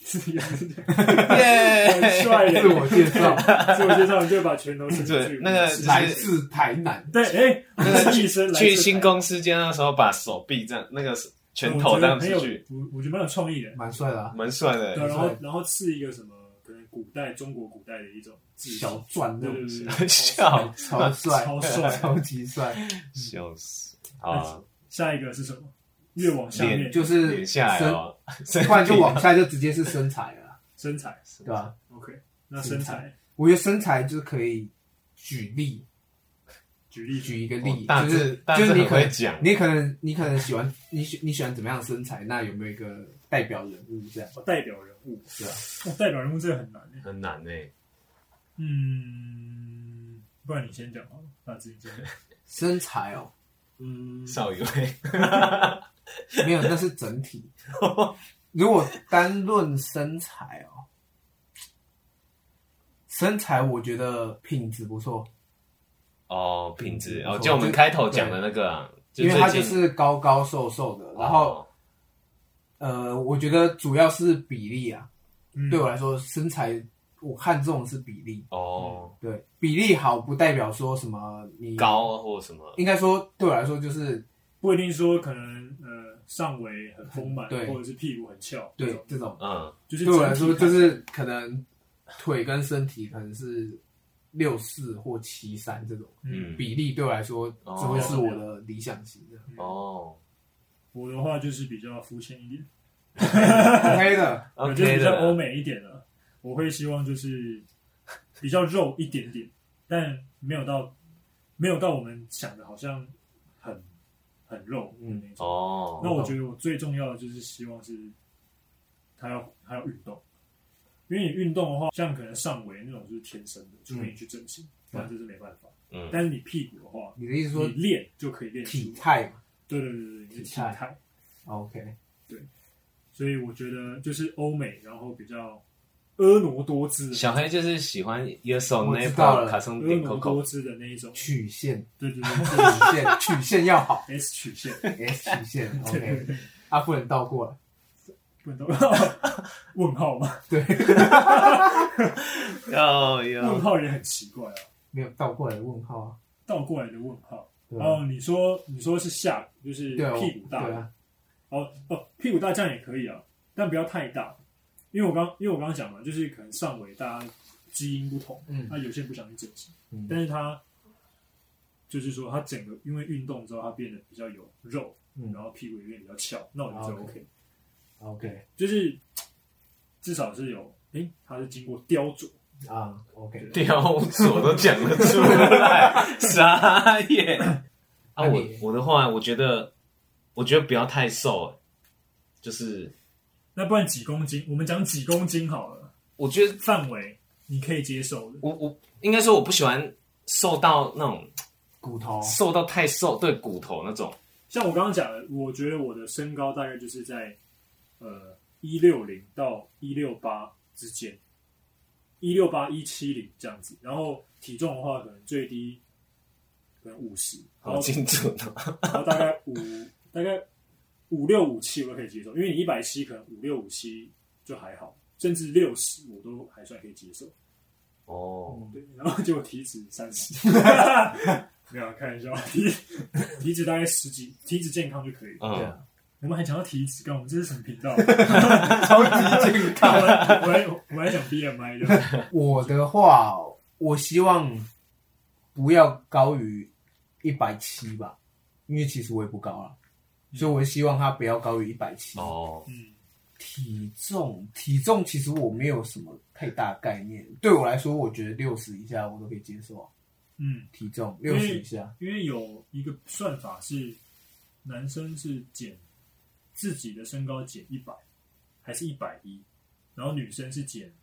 [SPEAKER 2] 是医生， 很
[SPEAKER 1] 耶！
[SPEAKER 2] 帅耶！
[SPEAKER 3] 自我介绍，
[SPEAKER 2] 自我介绍，你就把拳头伸出
[SPEAKER 1] 对
[SPEAKER 2] 去，，
[SPEAKER 1] 那个
[SPEAKER 2] 是
[SPEAKER 1] 就
[SPEAKER 3] 来
[SPEAKER 1] 是
[SPEAKER 3] 自台南，
[SPEAKER 2] 对，哎，
[SPEAKER 1] 那个
[SPEAKER 2] 是医生
[SPEAKER 1] 去新
[SPEAKER 2] 工
[SPEAKER 1] 公司见的时候，把手臂这样，那个拳头这样出去，，
[SPEAKER 2] 我我觉得蛮有创意的。
[SPEAKER 3] 蛮帅的、啊，
[SPEAKER 1] 蛮帅的
[SPEAKER 2] 对，
[SPEAKER 1] 欸。
[SPEAKER 2] 然后然后刺一个什么，可能古代中国古代的一种字
[SPEAKER 3] 小篆那
[SPEAKER 2] 对对，
[SPEAKER 3] 种
[SPEAKER 2] 对，
[SPEAKER 1] 很
[SPEAKER 2] 对
[SPEAKER 1] 笑
[SPEAKER 3] 超帅，
[SPEAKER 2] 超帅
[SPEAKER 3] 超级帅，
[SPEAKER 1] 笑死！好啊，
[SPEAKER 2] 下一个是什么？越往下面
[SPEAKER 3] 就是
[SPEAKER 1] 脸下来
[SPEAKER 3] 身，
[SPEAKER 1] 哦，
[SPEAKER 3] 不 然就往下就直接是身材了啦，
[SPEAKER 2] 身材
[SPEAKER 3] 对吧、
[SPEAKER 2] ，OK，那
[SPEAKER 3] 身
[SPEAKER 2] 身
[SPEAKER 3] 材
[SPEAKER 2] 材
[SPEAKER 3] 我觉得身材就是可以举例，
[SPEAKER 2] 举例
[SPEAKER 3] 举一啊个
[SPEAKER 1] 哦
[SPEAKER 3] 例，
[SPEAKER 1] 大
[SPEAKER 3] 就
[SPEAKER 1] 致
[SPEAKER 3] 是
[SPEAKER 1] 大
[SPEAKER 3] 就
[SPEAKER 1] 致
[SPEAKER 3] 是你
[SPEAKER 1] 很
[SPEAKER 3] 可
[SPEAKER 1] 会
[SPEAKER 3] 能
[SPEAKER 1] 讲，
[SPEAKER 3] 你可能你可能喜欢你喜你喜欢怎么样的身材，那有没有一个代表人物这样？
[SPEAKER 2] 哦，代表人物，
[SPEAKER 3] 对啊，
[SPEAKER 2] 哦，代表人物这个很难欸
[SPEAKER 1] 很难诶。
[SPEAKER 2] 嗯，不然你先讲好了，大致你先 讲。
[SPEAKER 3] 身材哦，
[SPEAKER 2] 嗯，
[SPEAKER 1] 少欸一位，
[SPEAKER 3] 没有，那是整体。 如果单论身材哦，身材我觉得品质不错，
[SPEAKER 1] 哦，品质哦，
[SPEAKER 3] 不错
[SPEAKER 1] 就我们开头讲的那个啊，
[SPEAKER 3] 因为他
[SPEAKER 1] 最
[SPEAKER 3] 就
[SPEAKER 1] 近
[SPEAKER 3] 是高高瘦瘦的，然后、
[SPEAKER 1] 哦
[SPEAKER 3] 呃，我觉得主要是比例啊，
[SPEAKER 2] 嗯
[SPEAKER 3] 对我来说身材我看重的是比例，
[SPEAKER 1] 哦
[SPEAKER 3] 对比例好不代表说什么你，
[SPEAKER 1] 高啊或什么，
[SPEAKER 3] 应该说对我来说就是
[SPEAKER 2] 不一定说可能呃上围很丰满，
[SPEAKER 3] 对
[SPEAKER 2] 或者是屁股很翘，
[SPEAKER 3] 对
[SPEAKER 2] 这种
[SPEAKER 3] 这种，
[SPEAKER 1] 嗯，
[SPEAKER 2] 就是
[SPEAKER 3] 对我来说
[SPEAKER 2] 整体看起
[SPEAKER 3] 就
[SPEAKER 2] 来
[SPEAKER 3] 是可能腿跟身体可能是六四或七三这种。
[SPEAKER 1] 嗯
[SPEAKER 3] 比例对我来说，
[SPEAKER 1] 哦
[SPEAKER 3] 这会是我的理想型 的
[SPEAKER 1] 哦
[SPEAKER 2] 我的话就是比较肤浅一点，
[SPEAKER 3] ，OK 的，
[SPEAKER 2] 我就是
[SPEAKER 1] ，OK
[SPEAKER 2] 比较欧
[SPEAKER 1] 的，
[SPEAKER 2] 美一点的，我会希望就是比较肉一点点，但没有到没有到我们想的好像很很肉的那种。那
[SPEAKER 3] 嗯
[SPEAKER 1] 哦
[SPEAKER 2] 我觉得我最重要的就是希望是他要他要运动，因为你运动的话，像可能上围那种就是天生的，除非你去整形，
[SPEAKER 3] 嗯
[SPEAKER 2] 那这是没办法。
[SPEAKER 1] 嗯
[SPEAKER 2] 但是你屁股的话，
[SPEAKER 3] 你的意思说
[SPEAKER 2] 你练就可以练出
[SPEAKER 3] 体
[SPEAKER 2] 来。
[SPEAKER 3] 态嘛
[SPEAKER 2] 对对对对，你的
[SPEAKER 3] 体
[SPEAKER 2] 体
[SPEAKER 3] 态
[SPEAKER 2] 态。
[SPEAKER 3] ？OK，
[SPEAKER 2] 所以我觉得就是欧美，然后比较婀娜多姿的，
[SPEAKER 1] 小黑就是喜欢 Yes or
[SPEAKER 3] 我知道
[SPEAKER 1] No
[SPEAKER 3] 了
[SPEAKER 1] 卡松
[SPEAKER 2] 婀
[SPEAKER 1] 点
[SPEAKER 2] 娜
[SPEAKER 1] Coco
[SPEAKER 2] 多姿的那一种。
[SPEAKER 3] 曲线，
[SPEAKER 2] 对对对
[SPEAKER 3] 曲 线，曲线要好
[SPEAKER 2] 对，S 曲线，
[SPEAKER 3] ，S 曲线
[SPEAKER 2] 对 对
[SPEAKER 3] ，OK，
[SPEAKER 2] 对，
[SPEAKER 3] 啊，不能倒过来，
[SPEAKER 2] 不能懂哦问号吗？
[SPEAKER 3] 对， 嗯
[SPEAKER 1] 哟
[SPEAKER 2] 问
[SPEAKER 1] 哟，
[SPEAKER 2] 号也很奇怪啊，
[SPEAKER 3] 没有倒过来的问号啊，
[SPEAKER 2] 倒过来的问号。
[SPEAKER 3] 对啊
[SPEAKER 2] 哦，你说你说是下，就是
[SPEAKER 3] 对啊，我
[SPEAKER 2] 屁股大
[SPEAKER 3] 对，啊，
[SPEAKER 2] 哦哦，屁股大这样也可以啊，但不要太大，因为我刚因为我刚刚讲嘛，就是可能上围大家基因不同，
[SPEAKER 3] 嗯
[SPEAKER 2] 那有些人不想去整形，
[SPEAKER 3] 嗯
[SPEAKER 2] 但是他就是说他整个因为运动之后，他变得比较有肉，
[SPEAKER 3] 嗯
[SPEAKER 2] 然后屁股也变得比较翘，那我觉得
[SPEAKER 3] 啊
[SPEAKER 2] OK，,
[SPEAKER 3] ，OK，OK，
[SPEAKER 2] 就是至少是有，诶、他是经过雕琢，
[SPEAKER 3] 啊，OK，
[SPEAKER 1] 雕琢都讲得出来，傻 眼。啊，
[SPEAKER 3] 那
[SPEAKER 1] 我
[SPEAKER 3] 你
[SPEAKER 1] 我的话，我觉得，我觉得不要太瘦，就是
[SPEAKER 2] 那不然几公斤？我们讲几公斤好了，
[SPEAKER 1] 我觉得
[SPEAKER 2] 范围你可以接受的，
[SPEAKER 1] 我我应该说我不喜欢瘦到那种
[SPEAKER 3] 骨头
[SPEAKER 1] 瘦到太瘦，对骨头那种。
[SPEAKER 2] 像我刚刚讲的，我觉得我的身高大概就是在呃一六零到一六八之间，一六八一七零这样子。然后体重的话，可能最低可能五十，然
[SPEAKER 1] 好
[SPEAKER 2] 后
[SPEAKER 1] 精准哦。
[SPEAKER 2] 然后大概五大概五六五七我都可以接受，因为你一百七可能五六五七就还好，甚至六十我都还算可以接受。
[SPEAKER 1] 哦，
[SPEAKER 2] 对，然后结果体脂三十， 没有啊开玩笑，体体脂大概十几，体脂健康就可以了。
[SPEAKER 3] 对
[SPEAKER 1] 嗯，
[SPEAKER 3] 啊，
[SPEAKER 2] 我们还讲到体脂，干我们这是什么频道？
[SPEAKER 3] 超级健
[SPEAKER 2] 我
[SPEAKER 3] 康。
[SPEAKER 2] 还我还我还讲 BMI 的，
[SPEAKER 3] 我的话，我希望不要高于一百七吧，因为其实我也不高啊，所以我希望它不要高于一百七。
[SPEAKER 1] 哦，
[SPEAKER 2] 嗯，
[SPEAKER 3] 体重，体重其实我没有什么太大概念，对我来说，我觉得六十以下我都可以接受啊。
[SPEAKER 2] 嗯，
[SPEAKER 3] 体重六十以下，
[SPEAKER 2] 因为有一个算法是男生是减自己的身高减一百，还是一百一，然后女生是减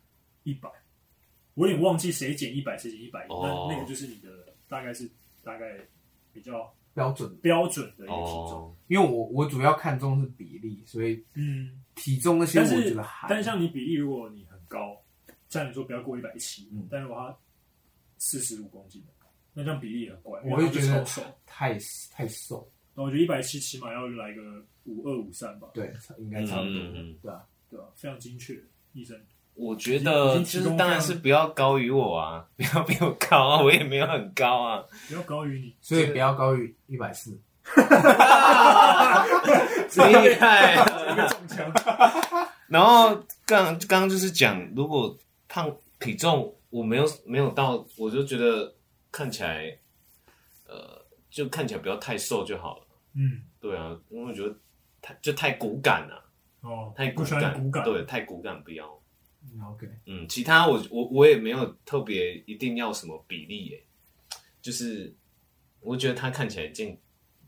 [SPEAKER 2] 一百，我有点忘记谁减一百，谁减一百一，
[SPEAKER 1] 哦
[SPEAKER 2] 那那个就是你的大概是大概比较
[SPEAKER 3] 标准。
[SPEAKER 2] 标准的一个体重，
[SPEAKER 1] 哦，
[SPEAKER 3] 因为我我主要看重是比例，所以
[SPEAKER 2] 嗯，
[SPEAKER 3] 体重那些
[SPEAKER 2] 但
[SPEAKER 3] 我觉
[SPEAKER 2] 是
[SPEAKER 3] 得还。
[SPEAKER 2] 但是像你比例，如果你很高，像你说不要过一百七
[SPEAKER 3] 嗯，
[SPEAKER 2] 但是我要四十五公斤的，那这样比例也很怪，
[SPEAKER 3] 我会
[SPEAKER 2] 因为
[SPEAKER 3] 觉
[SPEAKER 2] 他是
[SPEAKER 3] 得
[SPEAKER 2] 超瘦。
[SPEAKER 3] 太太瘦，
[SPEAKER 2] 那我觉得一百七起码要来个五二五三吧，
[SPEAKER 3] 对，应该差不多，
[SPEAKER 1] 嗯嗯
[SPEAKER 3] 对啊。
[SPEAKER 2] 对吧、非常精确，医生。
[SPEAKER 1] 我觉得就
[SPEAKER 2] 已经提
[SPEAKER 1] 是
[SPEAKER 2] 供
[SPEAKER 1] 当然是不要高于我啊， 不要比我高啊，我也没有很高啊。
[SPEAKER 2] 不要高于你，
[SPEAKER 3] 所以不要高于一百四。
[SPEAKER 1] 厉害。
[SPEAKER 2] 中枪。
[SPEAKER 1] 然后刚刚刚就是讲，如果胖体重我没有没有到，我就觉得看起来，呃，就看起来不要太瘦就好了。
[SPEAKER 2] 嗯，
[SPEAKER 1] 对啊，因为我觉得太就太骨感了、啊
[SPEAKER 2] 哦，
[SPEAKER 1] 太
[SPEAKER 2] 不
[SPEAKER 1] 骨
[SPEAKER 2] 喜欢
[SPEAKER 1] 感，
[SPEAKER 2] 骨感，
[SPEAKER 1] 对，太骨感不要。
[SPEAKER 3] 嗯 OK，
[SPEAKER 1] 嗯，其他我我我也没有特别一定要什么比例耶，就是我觉得它看起来健，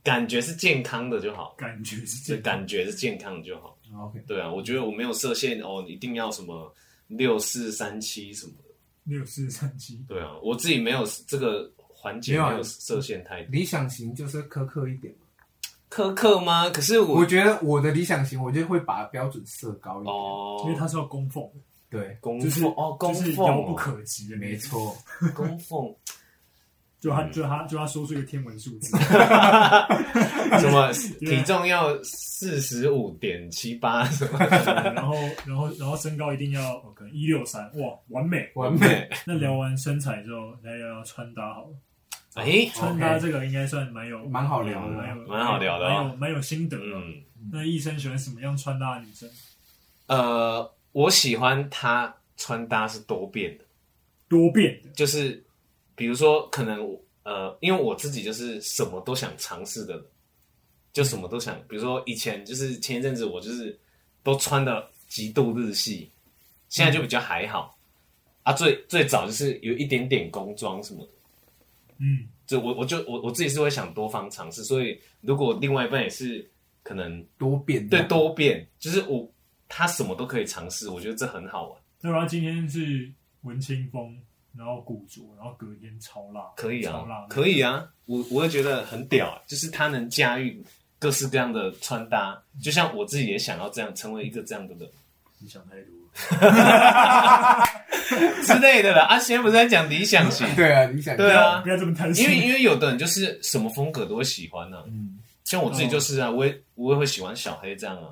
[SPEAKER 1] 感觉是健康的就好，
[SPEAKER 2] 感觉是
[SPEAKER 1] 就
[SPEAKER 2] 这
[SPEAKER 1] 感觉是健康的就好。
[SPEAKER 3] 好 OK，
[SPEAKER 1] 对啊，我觉得我没有设限哦，你一定要什么六四三七什么的。
[SPEAKER 2] 六四三七，
[SPEAKER 1] 对啊，我自己没有这个环节
[SPEAKER 3] 没有啊
[SPEAKER 1] 没有设限太
[SPEAKER 3] 理想型就是苛刻一点嘛。
[SPEAKER 1] 苛刻吗？可是
[SPEAKER 3] 我
[SPEAKER 1] 我
[SPEAKER 3] 觉得我的理想型，我就会把标准设高一点。
[SPEAKER 1] 哦，
[SPEAKER 2] 因为它是要供奉，
[SPEAKER 3] 对，
[SPEAKER 1] 供
[SPEAKER 2] 就是
[SPEAKER 1] 奉哦，供
[SPEAKER 2] 就是
[SPEAKER 1] 奉
[SPEAKER 2] 遥不
[SPEAKER 1] 哦
[SPEAKER 2] 可及的那
[SPEAKER 3] 没
[SPEAKER 2] 种。
[SPEAKER 3] 错，
[SPEAKER 1] 供奉
[SPEAKER 2] 就他就
[SPEAKER 1] 嗯
[SPEAKER 2] 他就他说出一个天文 数字，
[SPEAKER 1] 什么体重要四十五点七八什 么
[SPEAKER 2] 然后然后然后身高一定要哦可能一六三，哇，完美。
[SPEAKER 3] 完美。
[SPEAKER 2] 那聊完身材之后，来聊聊穿搭好了。
[SPEAKER 1] 哎，
[SPEAKER 2] 穿搭这个应该算蛮有
[SPEAKER 3] 蛮好聊的
[SPEAKER 2] 蛮
[SPEAKER 3] 啊，
[SPEAKER 2] 有
[SPEAKER 1] 蛮好聊的哦
[SPEAKER 2] 蛮有蛮有心得的。
[SPEAKER 1] 嗯
[SPEAKER 2] 那医生喜欢什么样穿搭的女生？
[SPEAKER 1] 呃，我喜欢他穿搭是多变的，
[SPEAKER 2] 多变的，
[SPEAKER 1] 就是比如说可能我呃，因为我自己就是什么都想尝试的人，就什么都想，比如说以前就是前一阵子我就是都穿的极度日系，现在就比较还好、啊。最最早就是有一点点工装什么的，
[SPEAKER 2] 嗯。
[SPEAKER 1] 就我我就我我自己是会想多方尝试，所以如果另外一半也是可能
[SPEAKER 3] 多变
[SPEAKER 1] 对多变，就是我他什么都可以尝试，我觉得这很好啊玩，
[SPEAKER 2] 那然后啊今天是文青风，然后古着，然后隔天超辣，
[SPEAKER 1] 可以
[SPEAKER 2] 超辣
[SPEAKER 1] 啊，，可以啊，我我会觉得很屌、啊，就是他能驾驭各式各样的穿搭，就像我自己也想要这样成为一个这样的人。
[SPEAKER 2] 你想太多了。
[SPEAKER 1] 之类的啦。啊，现在不是在讲理想型，
[SPEAKER 3] 对啊，理想型
[SPEAKER 1] 对啊
[SPEAKER 2] 不要这么贪心。
[SPEAKER 1] 因为因为有的人就是什么风格都会喜欢呢、啊
[SPEAKER 3] 嗯，
[SPEAKER 1] 像我自己就是啊，我也我也会喜欢小黑这样啊，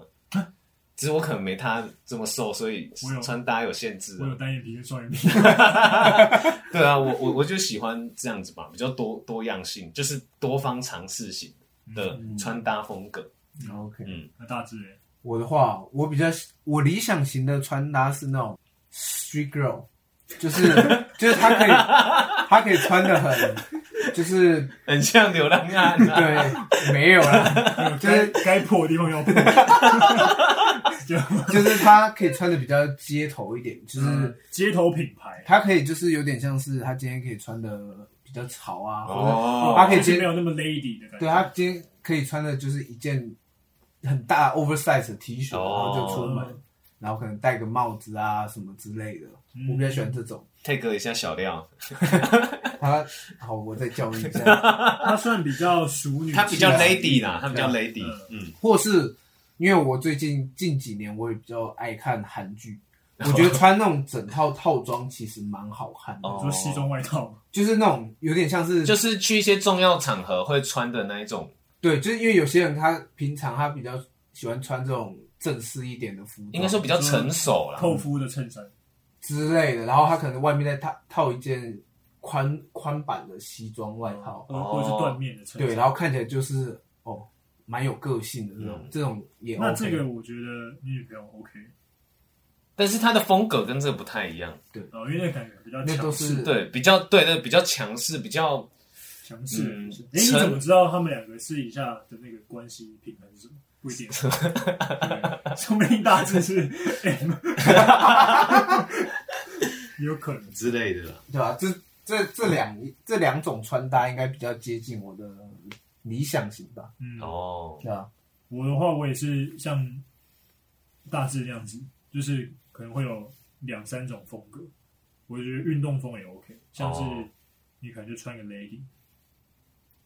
[SPEAKER 1] 只是我可能没他这么瘦，所以
[SPEAKER 2] 嗯我有
[SPEAKER 1] 穿搭有限制、
[SPEAKER 2] 我有
[SPEAKER 1] 啊。
[SPEAKER 2] 单眼皮跟双眼皮，
[SPEAKER 1] 对啊，我我我就喜欢这样子吧，比较多多样性，就是多方尝试型的
[SPEAKER 3] 嗯
[SPEAKER 1] 穿搭风格。
[SPEAKER 3] OK。
[SPEAKER 1] 嗯，
[SPEAKER 2] 那大致嘞
[SPEAKER 3] 我的话，我比较我理想型的穿搭是那种 street girl，就是 就是她可以她可以穿的很，就是
[SPEAKER 1] 很像流浪汉、 啊。
[SPEAKER 3] 对没有啦，就是
[SPEAKER 2] 该该破的地方 要破，就
[SPEAKER 3] 就是她可以穿的比较街头一点，
[SPEAKER 1] 嗯
[SPEAKER 3] 就是
[SPEAKER 2] 街头品牌。
[SPEAKER 3] 她可以就是有点像是她今天可以穿的比较潮啊，或
[SPEAKER 1] 哦，
[SPEAKER 3] 他可以
[SPEAKER 2] 就是
[SPEAKER 3] 接
[SPEAKER 2] 没有那么 lady 的感觉。
[SPEAKER 3] 者对她啊今天可以穿的就是一件很大 oversize 的 T 恤，然
[SPEAKER 1] 哦
[SPEAKER 3] 后就出门，然后可能戴个帽子啊什么之类的，
[SPEAKER 2] 嗯
[SPEAKER 3] 我比较喜欢 这种。
[SPEAKER 1] ，take 一下小料，
[SPEAKER 3] 他好，我再教育一下，
[SPEAKER 2] 她算比较熟女气啊，啊
[SPEAKER 1] 他比较 lady 啦，他比较 lady
[SPEAKER 2] 嗯。
[SPEAKER 1] 嗯，
[SPEAKER 3] 或是因为我最近近几年我也比较爱看韩剧，
[SPEAKER 1] 哦
[SPEAKER 3] 我觉得穿那种整套套装其实蛮好看的，
[SPEAKER 1] 哦
[SPEAKER 2] 你说西装外套嘛，
[SPEAKER 3] 就是那种有点像是
[SPEAKER 1] 就是去一些重要场合会穿的那一种
[SPEAKER 3] 对，就是因为有些人他平常他比较喜欢穿这种正式一点的服装，
[SPEAKER 1] 应该说比较成熟啦。
[SPEAKER 2] 透肤的衬衫，
[SPEAKER 3] 之类的，然后他可能外面再套套一件宽宽版的西装外套，
[SPEAKER 2] 或或者是缎面的衬衫。
[SPEAKER 3] 哦对，然后看起来就是哦，蛮有个性的这种，
[SPEAKER 1] 嗯
[SPEAKER 3] 这种也 OK。
[SPEAKER 2] 那这个我觉得你女朋友 OK，
[SPEAKER 1] 但是他的风格跟这个不太一样，
[SPEAKER 2] 哦，因为那感觉比较
[SPEAKER 3] 那都
[SPEAKER 2] 强势，
[SPEAKER 3] 是
[SPEAKER 1] 对，比较对对，比较强势，比较
[SPEAKER 2] 强势的
[SPEAKER 1] 嗯
[SPEAKER 2] 女生。哎，你
[SPEAKER 1] 成
[SPEAKER 2] 怎么知道他们两个私底下的那个关系平衡是什么？不 一定，对说不定大致是 M，有可能。
[SPEAKER 1] 之类的啦。
[SPEAKER 3] 对吧？这这这两这两种穿搭应该比较接近我的理想型吧？
[SPEAKER 2] 嗯，
[SPEAKER 1] 哦，
[SPEAKER 3] 对吧？
[SPEAKER 2] 我的话，我也是像大致那样子，就是可能会有两三种风格。我觉得运动风也 OK，像是
[SPEAKER 1] 哦
[SPEAKER 2] 你可能就穿个 lady，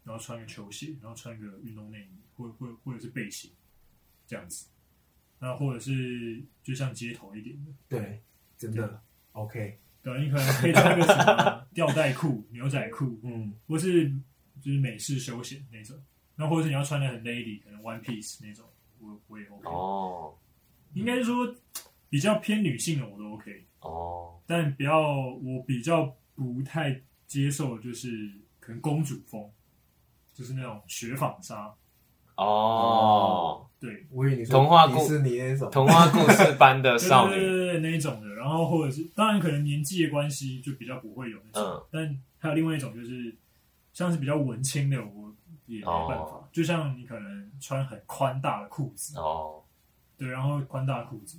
[SPEAKER 2] 然后穿个球鞋，然后穿个运动内衣，或或或者是背心这样子。那或者是就像街头一点的，
[SPEAKER 3] 对，真的 OK。
[SPEAKER 2] 对，你可能可以穿个什么吊带裤、牛仔裤，
[SPEAKER 3] 嗯，
[SPEAKER 2] 或是就是美式休闲那种。那或者是你要穿的很 lady，可能 one piece 那种，我我也 OK。
[SPEAKER 1] 哦，
[SPEAKER 2] 应该是说比较偏女性的我都 OK，
[SPEAKER 1] 哦，
[SPEAKER 2] 但比较我比较不太接受的就是可能公主风，就是那种雪纺纱，
[SPEAKER 1] 哦，
[SPEAKER 2] 对，
[SPEAKER 3] 我以为你说
[SPEAKER 1] 童话故
[SPEAKER 3] 迪士尼那种，
[SPEAKER 1] 童话故事般的
[SPEAKER 2] 对
[SPEAKER 1] 少
[SPEAKER 2] 对
[SPEAKER 1] 女，
[SPEAKER 2] 对对那一种的。然后或者是当然可能年纪的关系就比较不会有那种，
[SPEAKER 1] 嗯
[SPEAKER 2] 但还有另外一种就是像是比较文青的我。也没办法，
[SPEAKER 1] 哦
[SPEAKER 2] 就像你可能穿很宽大的裤子，
[SPEAKER 1] 哦，
[SPEAKER 2] 对，然后宽大裤子，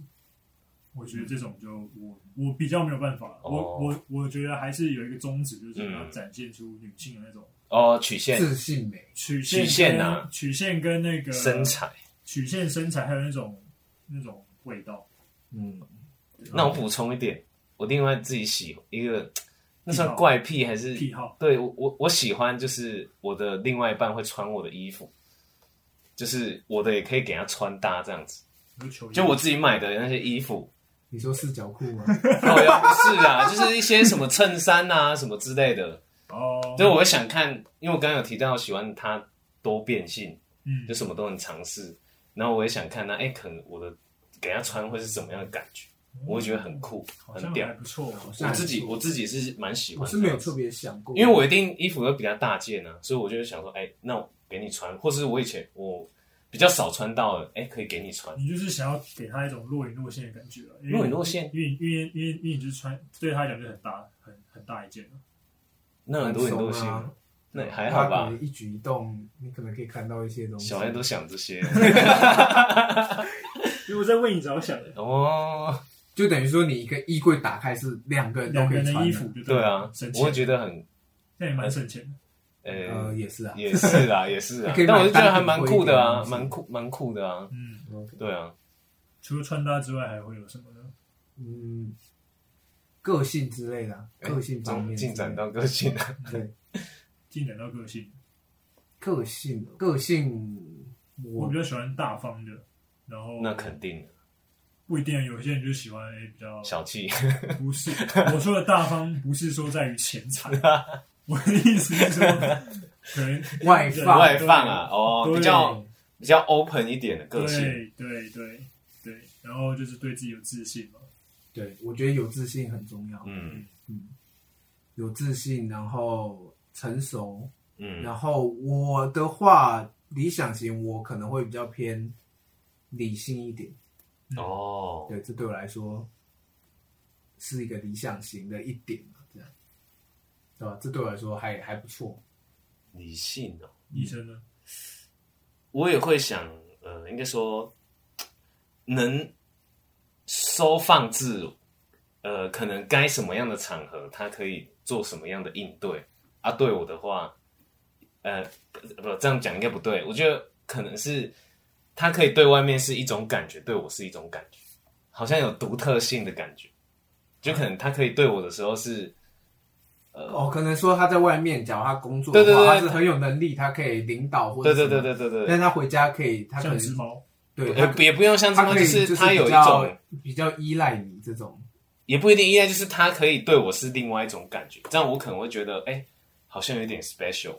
[SPEAKER 2] 我觉得这种就我我比较没有办法，
[SPEAKER 1] 哦
[SPEAKER 2] 我我我觉得还是有一个宗旨，就是
[SPEAKER 1] 嗯
[SPEAKER 2] 要展现出女性的那种
[SPEAKER 1] 哦，曲线、
[SPEAKER 3] 自信美，
[SPEAKER 2] 曲线
[SPEAKER 1] 曲线啊
[SPEAKER 2] 跟曲线跟那个
[SPEAKER 1] 身材。
[SPEAKER 2] 曲线身材，还有那种那种味道。
[SPEAKER 3] 嗯，
[SPEAKER 1] 那我补充一点，我另外自己喜一个，那算怪癖还是
[SPEAKER 2] 癖好
[SPEAKER 1] 对我我我喜欢就是我的另外一半会穿我的衣服，就是我的也可以给他穿搭这样子。
[SPEAKER 2] 有球衣
[SPEAKER 1] 就我自己买的那些衣服，
[SPEAKER 3] 你说四角裤 吗？
[SPEAKER 1] 哦，要不是啊，就是一些什么衬衫啊什么之类的。
[SPEAKER 2] 哦，
[SPEAKER 1] 所以我会想看，因为我刚刚有提到喜欢它多变性，
[SPEAKER 2] 嗯
[SPEAKER 1] 就什么都能尝试。然后我也想看那，哎、可能我的给他穿会是怎么样的感觉，我会觉得很酷，
[SPEAKER 2] 嗯好
[SPEAKER 1] 很
[SPEAKER 2] 像
[SPEAKER 1] 屌
[SPEAKER 2] 还。不错，哦
[SPEAKER 1] 我自己我自己是蛮喜欢，
[SPEAKER 3] 我是没有特，别想过，
[SPEAKER 1] 因为我一定衣服会比较大件啊，所以我就会想说，哎、那我给你穿，或是我以前我比较少穿到的，哎、可以给你穿。
[SPEAKER 2] 你就是想要给他一种若隐若现的感觉啊，因为
[SPEAKER 1] 若隐若现
[SPEAKER 2] 因为因为因为因为你就是穿对他来讲就很大很很大一件啊了，
[SPEAKER 1] 那很多很多
[SPEAKER 3] 很
[SPEAKER 1] 心
[SPEAKER 3] 怂啊，
[SPEAKER 1] 那还好
[SPEAKER 3] 他可
[SPEAKER 1] 吧
[SPEAKER 3] 能？一举一动，你可能可以看到一些东西。
[SPEAKER 1] 小孩都想这些
[SPEAKER 2] 如果在为你着想，欸
[SPEAKER 1] 哦，
[SPEAKER 3] 就等于说你一个衣柜打开是两个人都
[SPEAKER 2] 两
[SPEAKER 3] 可
[SPEAKER 2] 个
[SPEAKER 3] 以
[SPEAKER 2] 人的
[SPEAKER 3] 穿
[SPEAKER 2] 衣服，就
[SPEAKER 1] 对
[SPEAKER 2] 了
[SPEAKER 1] 啊
[SPEAKER 2] 省，
[SPEAKER 1] 我会
[SPEAKER 2] 钱，
[SPEAKER 1] 觉得很，
[SPEAKER 2] 那也蛮省钱的。
[SPEAKER 1] 呃
[SPEAKER 3] 呃，，也是啊，
[SPEAKER 1] 也是啦，也是啊
[SPEAKER 3] 可以，买
[SPEAKER 1] 但我就觉得还蛮
[SPEAKER 3] 单品
[SPEAKER 1] 酷的
[SPEAKER 3] 或
[SPEAKER 1] 啊，
[SPEAKER 3] 一点
[SPEAKER 1] 蛮酷，蛮酷的啊，
[SPEAKER 2] 嗯，
[SPEAKER 1] 对啊，
[SPEAKER 2] 除了穿搭之外，还会有什么呢？
[SPEAKER 3] 嗯，个性之类的啊，个性方面之
[SPEAKER 1] 哎进
[SPEAKER 3] 类的
[SPEAKER 1] 展到个性啊，
[SPEAKER 3] 对
[SPEAKER 2] 进展到个性，
[SPEAKER 3] 个性个性，
[SPEAKER 2] 我
[SPEAKER 3] 我
[SPEAKER 2] 比较喜欢大方的，然后
[SPEAKER 1] 那肯定
[SPEAKER 2] 不一定，有些人就喜欢哎诶比较
[SPEAKER 1] 小 气，
[SPEAKER 2] 不是。我说的大方不是说在于钱财， 我的意思是说，可能
[SPEAKER 3] 外放
[SPEAKER 1] 外放啊，哦，
[SPEAKER 2] 对
[SPEAKER 1] 比较比较 open 一点的个性，
[SPEAKER 2] 对对对对，然后就是对自己有自信嘛。
[SPEAKER 3] 对我觉得有自信很重要，
[SPEAKER 1] 嗯
[SPEAKER 3] 有自信，然后成熟，
[SPEAKER 1] 嗯，
[SPEAKER 3] 然后我的话，理想型我可能会比较偏理性一点，
[SPEAKER 1] 哦，
[SPEAKER 3] 嗯对，这对我来说是一个理想型的一点嘛，这样，对吧？这对我来说还还不错。
[SPEAKER 1] 理性哦，
[SPEAKER 2] 医生呢？
[SPEAKER 1] 我也会想，呃，应该说能收放自如，呃，可能该什么样的场合，他可以做什么样的应对啊。对我的话，呃，不不，这样讲应该不对。我觉得可能是他可以对外面是一种感觉，对我是一种感觉，好像有独特性的感觉。就可能他可以对我的时候是，
[SPEAKER 3] 哦，可能说他在外面，假如他工作的
[SPEAKER 1] 呃对
[SPEAKER 3] 话，
[SPEAKER 1] 对对
[SPEAKER 3] 他是很有能力，他可以领导或者
[SPEAKER 1] 对对
[SPEAKER 3] 什么
[SPEAKER 1] 对对对对，
[SPEAKER 3] 但他回家可以，他可
[SPEAKER 2] 像只
[SPEAKER 3] 能
[SPEAKER 2] 猫，
[SPEAKER 3] 对，
[SPEAKER 1] 呃
[SPEAKER 3] 他
[SPEAKER 1] 也不用像这
[SPEAKER 3] 他
[SPEAKER 1] 么，
[SPEAKER 3] 可
[SPEAKER 1] 就
[SPEAKER 3] 以就是是
[SPEAKER 1] 他有
[SPEAKER 3] 比
[SPEAKER 1] 一
[SPEAKER 3] 较
[SPEAKER 1] 种，
[SPEAKER 3] 比较依赖你这种，
[SPEAKER 1] 也不一定依赖，就是他可以对我是另外一种感觉，这样我可能会觉得，哎、好像有点 special，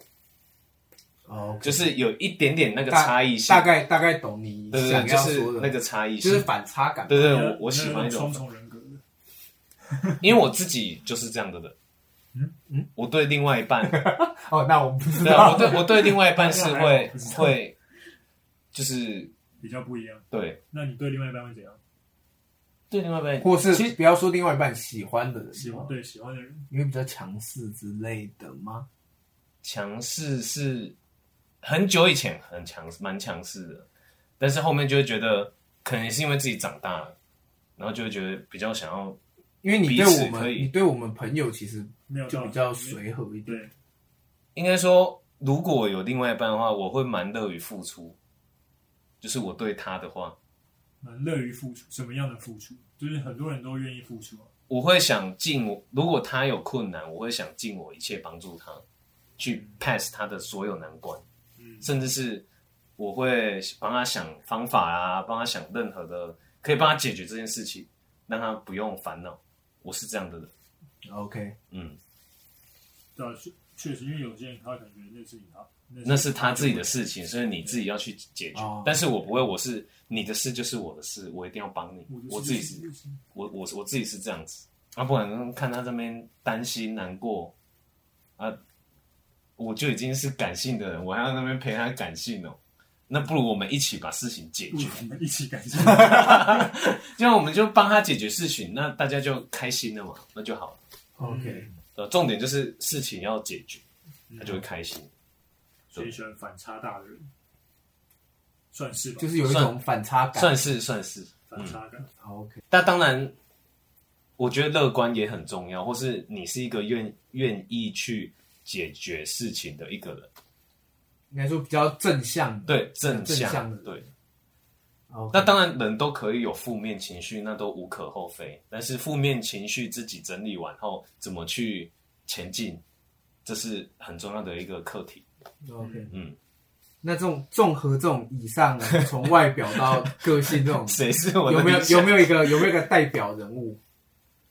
[SPEAKER 3] 哦，
[SPEAKER 1] 就是有一点点那个
[SPEAKER 3] 大
[SPEAKER 1] 差异性
[SPEAKER 3] 大，概大概懂你
[SPEAKER 1] 对对
[SPEAKER 3] 想
[SPEAKER 1] 对，就
[SPEAKER 3] 要
[SPEAKER 1] 是
[SPEAKER 3] 说的，
[SPEAKER 1] 那个差异
[SPEAKER 3] 就
[SPEAKER 1] 性，
[SPEAKER 3] 是反差感。
[SPEAKER 1] 对对，
[SPEAKER 2] 你有
[SPEAKER 1] 我我喜欢
[SPEAKER 2] 你有那
[SPEAKER 1] 一
[SPEAKER 2] 种
[SPEAKER 1] 种
[SPEAKER 2] 双，重人格的，
[SPEAKER 1] 因为我自己就是这样的人。
[SPEAKER 2] 嗯
[SPEAKER 1] 嗯，我对另外一 半，
[SPEAKER 3] 哦，那我不知
[SPEAKER 1] 对啊，
[SPEAKER 3] 道
[SPEAKER 1] 我。对我对另外一半是会
[SPEAKER 2] 不知道
[SPEAKER 1] 会，就是
[SPEAKER 2] 比较不一样。
[SPEAKER 1] 对
[SPEAKER 2] 那你对另外一半会怎样？
[SPEAKER 1] 对另外一半，
[SPEAKER 3] 或
[SPEAKER 1] 其
[SPEAKER 3] 是
[SPEAKER 1] 实
[SPEAKER 3] 不要说另外一半喜欢的人，哦
[SPEAKER 2] 喜欢对喜欢的人，
[SPEAKER 3] 因为比较强势之类的吗？
[SPEAKER 1] 强势是很久以前很强蛮强势的，但是后面就会觉得可能是因为自己长大了，然后就会觉得比较想要
[SPEAKER 3] 因为你
[SPEAKER 1] 彼
[SPEAKER 3] 对
[SPEAKER 1] 此
[SPEAKER 3] 我
[SPEAKER 1] 可
[SPEAKER 3] 们，
[SPEAKER 1] 以
[SPEAKER 3] 你对我们朋友其实
[SPEAKER 2] 没有
[SPEAKER 3] 就
[SPEAKER 2] 到
[SPEAKER 3] 比较随和一点。
[SPEAKER 2] 对，
[SPEAKER 1] 应该说，如果有另外一半的话，我会蛮乐于付出。就是我对他的话，
[SPEAKER 2] 蛮乐于付出。什么样的付出？就是很多人都愿意付出啊。
[SPEAKER 1] 我会想尽我，如果他有困难，我会想尽我一切帮助他，去 pass 他的所有难关，
[SPEAKER 2] 嗯
[SPEAKER 1] 甚至是我会帮他想方法啊，帮他想任何的可以帮他解决这件事情，让他不用烦恼。我是这样的人，
[SPEAKER 3] OK，
[SPEAKER 1] 嗯，
[SPEAKER 2] 对啊，确确实，因为有些人他可能觉得那是你他，
[SPEAKER 1] 那是他自己的事情，所以你自己要去解决。
[SPEAKER 3] 哦
[SPEAKER 1] 但是我不会，我是你的事就是我的事，我一定要帮你
[SPEAKER 2] 我就，
[SPEAKER 1] 我自己是
[SPEAKER 2] 是就是
[SPEAKER 1] 我我我自己是这样子，啊，不然看他这边担心难过，啊，我就已经是感性的人，我还要那边陪他感性哦，那不如我们一起把事情解
[SPEAKER 2] 不
[SPEAKER 1] 决，
[SPEAKER 2] 如一起感谢。
[SPEAKER 1] 这样我们就帮他解决事情，那大家就开心了嘛，那就好了。
[SPEAKER 3] OK，
[SPEAKER 1] 呃，重点就是事情要解决，他就会开心。
[SPEAKER 2] 嗯所以喜欢反差大的人，算是吧，
[SPEAKER 3] 就是有一种反差感。
[SPEAKER 1] 算是算是，嗯
[SPEAKER 2] 反差感。
[SPEAKER 3] OK，
[SPEAKER 1] 但当然，我觉得乐观也很重要，或是你是一个愿愿意去解决事情的一个人，
[SPEAKER 3] 应该说比较正向的。
[SPEAKER 1] 对正
[SPEAKER 3] 正向的
[SPEAKER 1] 对。
[SPEAKER 3] OK，
[SPEAKER 1] 那当然，人都可以有负面情绪，那都无可厚非。但是负面情绪自己整理完后，怎么去前进，这是很重要的一个课题。
[SPEAKER 3] OK，
[SPEAKER 1] 嗯，，
[SPEAKER 3] 那这种综合这种以上啊从外表到个性这种
[SPEAKER 1] 谁 是我的
[SPEAKER 3] 有没有
[SPEAKER 1] 理想
[SPEAKER 3] 有没有一个有没有一个代表人物？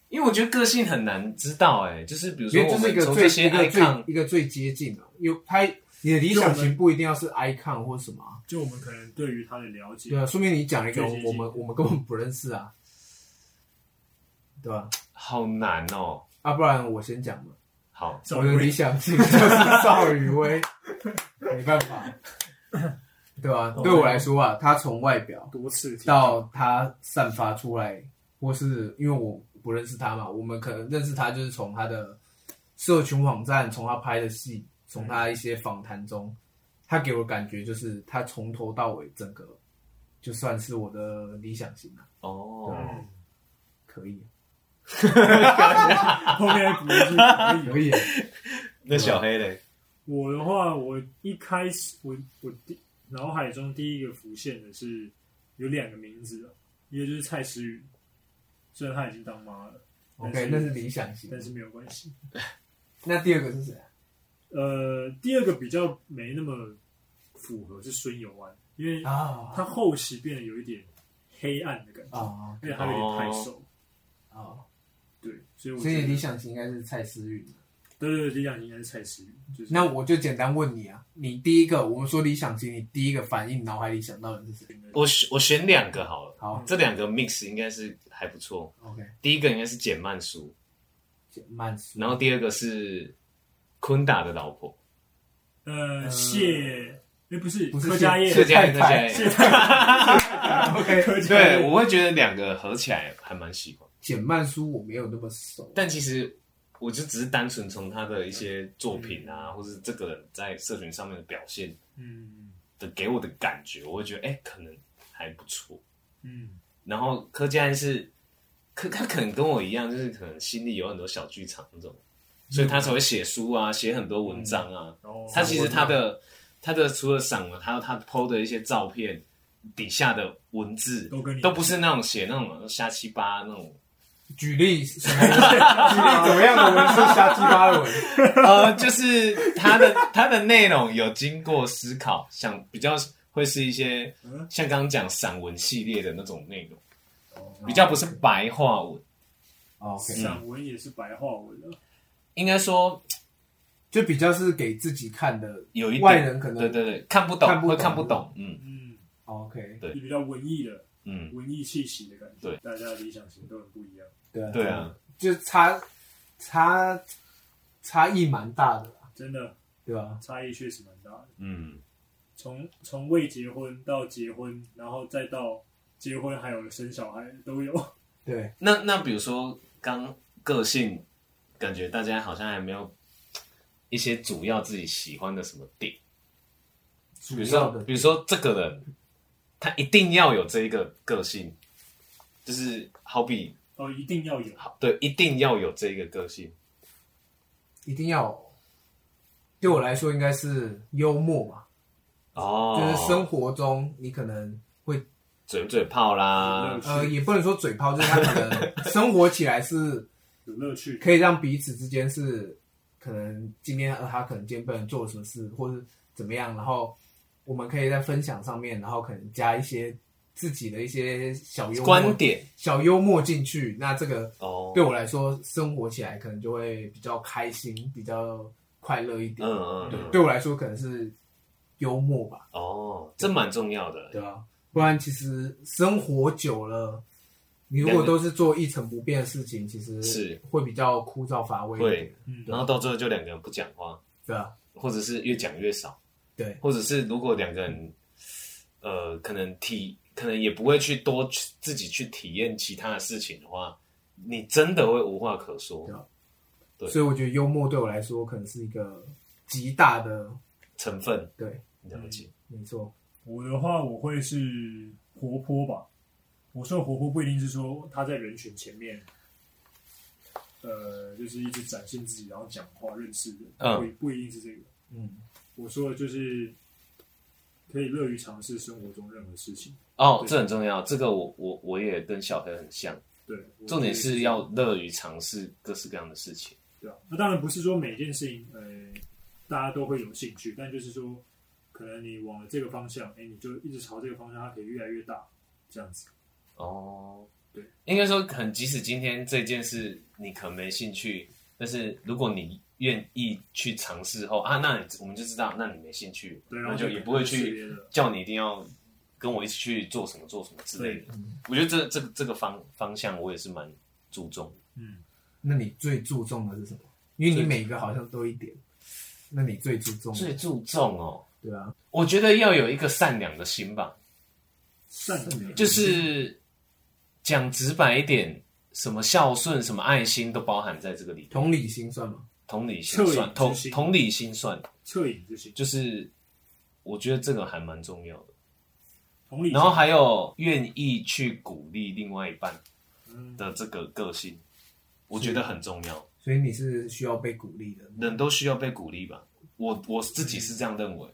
[SPEAKER 1] 因为我觉得个性很难知道、哎，就是比如
[SPEAKER 3] 因
[SPEAKER 1] 说我
[SPEAKER 3] 为就是一
[SPEAKER 1] 们
[SPEAKER 3] 个
[SPEAKER 1] 从
[SPEAKER 3] 最
[SPEAKER 1] 这些
[SPEAKER 3] 一个
[SPEAKER 1] icon，
[SPEAKER 3] 最一个最接近的，有他你的理想型不一定要是 icon 或什么啊、
[SPEAKER 2] 就我们可能对于他的了解
[SPEAKER 3] 对，啊，说明你讲一个
[SPEAKER 2] 最接近
[SPEAKER 3] 我们我们根本不认识啊，对吧、
[SPEAKER 1] 好难哦、
[SPEAKER 3] 啊？不然我先讲嘛，
[SPEAKER 1] 好，
[SPEAKER 2] 稍
[SPEAKER 3] 我的
[SPEAKER 2] 微
[SPEAKER 3] 理想型就是邵雨薇，没办法，对吧、
[SPEAKER 2] 哦
[SPEAKER 3] 对我来说啊，他从外表
[SPEAKER 2] 多次听
[SPEAKER 3] 到他散发出来，或是因为我不认识他嘛，我们可能认识他就是从他的社群网站，从他拍的戏，从他一些访谈中，他给我感觉就是他从头到尾整个就算是我的理想型了、
[SPEAKER 1] 哦，
[SPEAKER 2] 嗯
[SPEAKER 3] 可以，
[SPEAKER 2] 嗯后面还补一句可以。
[SPEAKER 3] 可以啊，
[SPEAKER 1] 那小黑嘞，
[SPEAKER 2] 我的话，我一开始我我第脑海中第一个浮现的是有两个名字啊，一个就是蔡诗雨，虽然她已经当妈了
[SPEAKER 3] OK，那
[SPEAKER 2] 但
[SPEAKER 3] 是理想型。
[SPEAKER 2] 但是没有关系。
[SPEAKER 3] 那第二个是谁啊？
[SPEAKER 2] 呃，第二个比较没那么符合是孙友安，因为
[SPEAKER 3] 啊
[SPEAKER 2] 他后期变得有一点黑暗的感觉，
[SPEAKER 3] 啊
[SPEAKER 2] 而且他有点太瘦，
[SPEAKER 3] 啊！
[SPEAKER 2] 对，所以我
[SPEAKER 3] 所以
[SPEAKER 2] 觉得
[SPEAKER 3] 你理想型应该是蔡思韵。
[SPEAKER 2] 对对对，理想型应该是蔡诗雨，就是
[SPEAKER 3] 那我就简单问你啊，你第一个我们说理想型，你第一个反应脑海里想到的是谁？
[SPEAKER 1] 我选我选两个好了，
[SPEAKER 3] 好
[SPEAKER 1] 这两个 mix 应该是还不错。
[SPEAKER 2] 嗯
[SPEAKER 3] ，OK，
[SPEAKER 1] 第一个应该是简曼书，
[SPEAKER 3] 简慢速。
[SPEAKER 1] 然后第二个是昆达的老婆，
[SPEAKER 2] 呃谢，哎不是
[SPEAKER 3] 不是
[SPEAKER 2] 柯佳
[SPEAKER 3] 谢
[SPEAKER 2] 燕，
[SPEAKER 1] 谢佳燕，
[SPEAKER 3] 太
[SPEAKER 1] 谢
[SPEAKER 3] 太
[SPEAKER 1] 佳
[SPEAKER 2] 谢
[SPEAKER 1] 燕。
[SPEAKER 3] OK，
[SPEAKER 2] 柯佳燕
[SPEAKER 1] 对，我会觉得两个合起来还蛮喜欢，
[SPEAKER 3] 简慢书我没有那么熟，
[SPEAKER 1] 但其实我就只是单纯从他的一些作品啊，或是这个人在社群上面的表现
[SPEAKER 2] 嗯
[SPEAKER 1] 的给我的感觉，我会觉得哎、可能还不错。
[SPEAKER 2] 嗯，
[SPEAKER 1] 然后柯佳燕是，柯他可能跟我一样，就是可能心里有很多小剧场那种，所以他才会写书啊，写很多文章啊。
[SPEAKER 2] 然后
[SPEAKER 1] 他其实他
[SPEAKER 2] 嗯
[SPEAKER 1] 的他的除了散文，还有他 PO 的一些照片底下的文字，
[SPEAKER 2] 都跟你
[SPEAKER 1] 都不是那种写那种瞎七八那种，
[SPEAKER 3] 举例 什么？举例怎么样的文是瞎鸡巴的文？
[SPEAKER 1] 呃，就是他的他的内容有经过思考，想比较会是一些
[SPEAKER 2] 嗯
[SPEAKER 1] 像刚刚讲散文系列的那种内容，
[SPEAKER 2] 哦
[SPEAKER 1] 比较不是白话文。嗯
[SPEAKER 3] 哦，OK，
[SPEAKER 1] 啊
[SPEAKER 2] 散文也是白话文啊了，
[SPEAKER 1] 应该说
[SPEAKER 3] 就比较是给自己看的
[SPEAKER 1] 有一点
[SPEAKER 3] 外人可能
[SPEAKER 1] 对对对，看不懂，
[SPEAKER 3] 看不懂
[SPEAKER 1] 会看不懂。嗯
[SPEAKER 2] 嗯，
[SPEAKER 3] 哦，OK，
[SPEAKER 1] 对
[SPEAKER 2] 也比较文艺的
[SPEAKER 1] 嗯，
[SPEAKER 2] 文艺气息的感觉。
[SPEAKER 1] 对，
[SPEAKER 2] 大家的理想型都很不一样，
[SPEAKER 3] 对啊，
[SPEAKER 1] 对啊，
[SPEAKER 3] 就差差差异蛮大的啦，
[SPEAKER 2] 真的
[SPEAKER 3] 对吧？
[SPEAKER 2] 差异确实蛮大的。
[SPEAKER 1] 嗯，
[SPEAKER 2] 从从未结婚到结婚，然后再到结婚，还有生小孩都有。
[SPEAKER 3] 对，
[SPEAKER 1] 那那比如说刚个性，感觉大家好像还没有一些主要自己喜欢的什么点，比
[SPEAKER 3] 主
[SPEAKER 1] 如
[SPEAKER 3] 要
[SPEAKER 1] 说
[SPEAKER 3] 的
[SPEAKER 1] 比如说这个人，他一定要有这一个个性，就是好比
[SPEAKER 2] 哦，一定要有，
[SPEAKER 1] 好对，一定要有这一个个性。
[SPEAKER 3] 一定要对我来说应该是幽默嘛，
[SPEAKER 1] 哦，
[SPEAKER 3] 就是生活中你可能会
[SPEAKER 1] 嘴不嘴炮啦，
[SPEAKER 3] 呃，也不能说嘴炮，就是他可能生活起来是
[SPEAKER 2] 有乐趣。
[SPEAKER 3] 可以让彼此之间是可能今天呃他可能今天不能做了什么事，或是怎么样，然后我们可以在分享上面，然后可能加一些自己的一些小幽默
[SPEAKER 1] 观点
[SPEAKER 3] 小幽默进去，那这个
[SPEAKER 1] 哦，
[SPEAKER 3] 对我来说生活起来可能就会比较开心，比较快乐一点。
[SPEAKER 1] 嗯嗯嗯，
[SPEAKER 3] 对我来说可能是幽默吧，
[SPEAKER 1] 哦，这蛮重要的。
[SPEAKER 3] 对吧、不然其实生活久了。你如果都是做一成不变的事情，其实
[SPEAKER 1] 是
[SPEAKER 3] 会比较枯燥乏味一点。
[SPEAKER 1] 会
[SPEAKER 2] 嗯，
[SPEAKER 1] 然后到最后就两个人不讲话，
[SPEAKER 3] 对啊，
[SPEAKER 1] 或者是越讲越少，
[SPEAKER 3] 对，
[SPEAKER 1] 或者是如果两个人，呃，可能体可能也不会去多去自己去体验其他的事情的话，你真的会无话可说
[SPEAKER 3] 对啊
[SPEAKER 1] 对
[SPEAKER 3] 所以我觉得幽默对我来说可能是一个极大的
[SPEAKER 1] 成分。
[SPEAKER 3] 对，
[SPEAKER 1] 了解，
[SPEAKER 3] 没错，
[SPEAKER 2] 我的话，我会是活泼吧。我说的活泼不一定是说他在人群前面，呃，就是一直展现自己，然后讲话、认识人，
[SPEAKER 1] 嗯
[SPEAKER 2] 不一不一定是这个。
[SPEAKER 3] 嗯，
[SPEAKER 2] 我说的就是可以乐于尝试生活中任何事情。
[SPEAKER 1] 哦，
[SPEAKER 2] 对
[SPEAKER 1] 这很重要。这个我我我也跟小黑很像，
[SPEAKER 2] 对，我
[SPEAKER 1] 重点
[SPEAKER 2] 觉得
[SPEAKER 1] 是要乐于尝试各式各样的事情。
[SPEAKER 2] 对啊，那当然不是说每件事情，呃，大家都会有兴趣，但就是说，可能你往了这个方向，哎、你就一直朝这个方向，它可以越来越大，这样子。
[SPEAKER 1] 哦，
[SPEAKER 2] 对，
[SPEAKER 1] 应该说，很即使今天这件事你可能没兴趣，但是如果你愿意去尝试后啊，那你我们就知道，那你没兴趣，
[SPEAKER 2] 对，然
[SPEAKER 1] 那
[SPEAKER 2] 后
[SPEAKER 1] 就也不会去
[SPEAKER 2] 的。
[SPEAKER 1] 叫你一定要跟我一起去做什么做什么之类的。我觉得这这个这个方方向我也是蛮注重的。
[SPEAKER 2] 嗯，
[SPEAKER 3] 那你最注重的是什么？因为你每个好像都一点，那你最注重的
[SPEAKER 1] 最注重哦，
[SPEAKER 3] 嗯对啊，
[SPEAKER 1] 我觉得要有一个善良的心吧，
[SPEAKER 2] 善良
[SPEAKER 1] 就是讲直白一点，什么孝顺、什么爱心都包含在这个里头。
[SPEAKER 3] 同理心算吗？
[SPEAKER 1] 同理心算，
[SPEAKER 2] 恻隐
[SPEAKER 1] 同
[SPEAKER 2] 之心
[SPEAKER 1] 同理心算，
[SPEAKER 2] 恻隐之心，
[SPEAKER 1] 就是我觉得这个还蛮重要的。
[SPEAKER 2] 同理心。
[SPEAKER 1] 然后还有愿意去鼓励另外一半
[SPEAKER 2] 嗯，
[SPEAKER 1] 的这个个性，我觉得很重要。
[SPEAKER 3] 所以你是需要被鼓励的。
[SPEAKER 1] 人都需要被鼓励吧，我我自己是这样认为。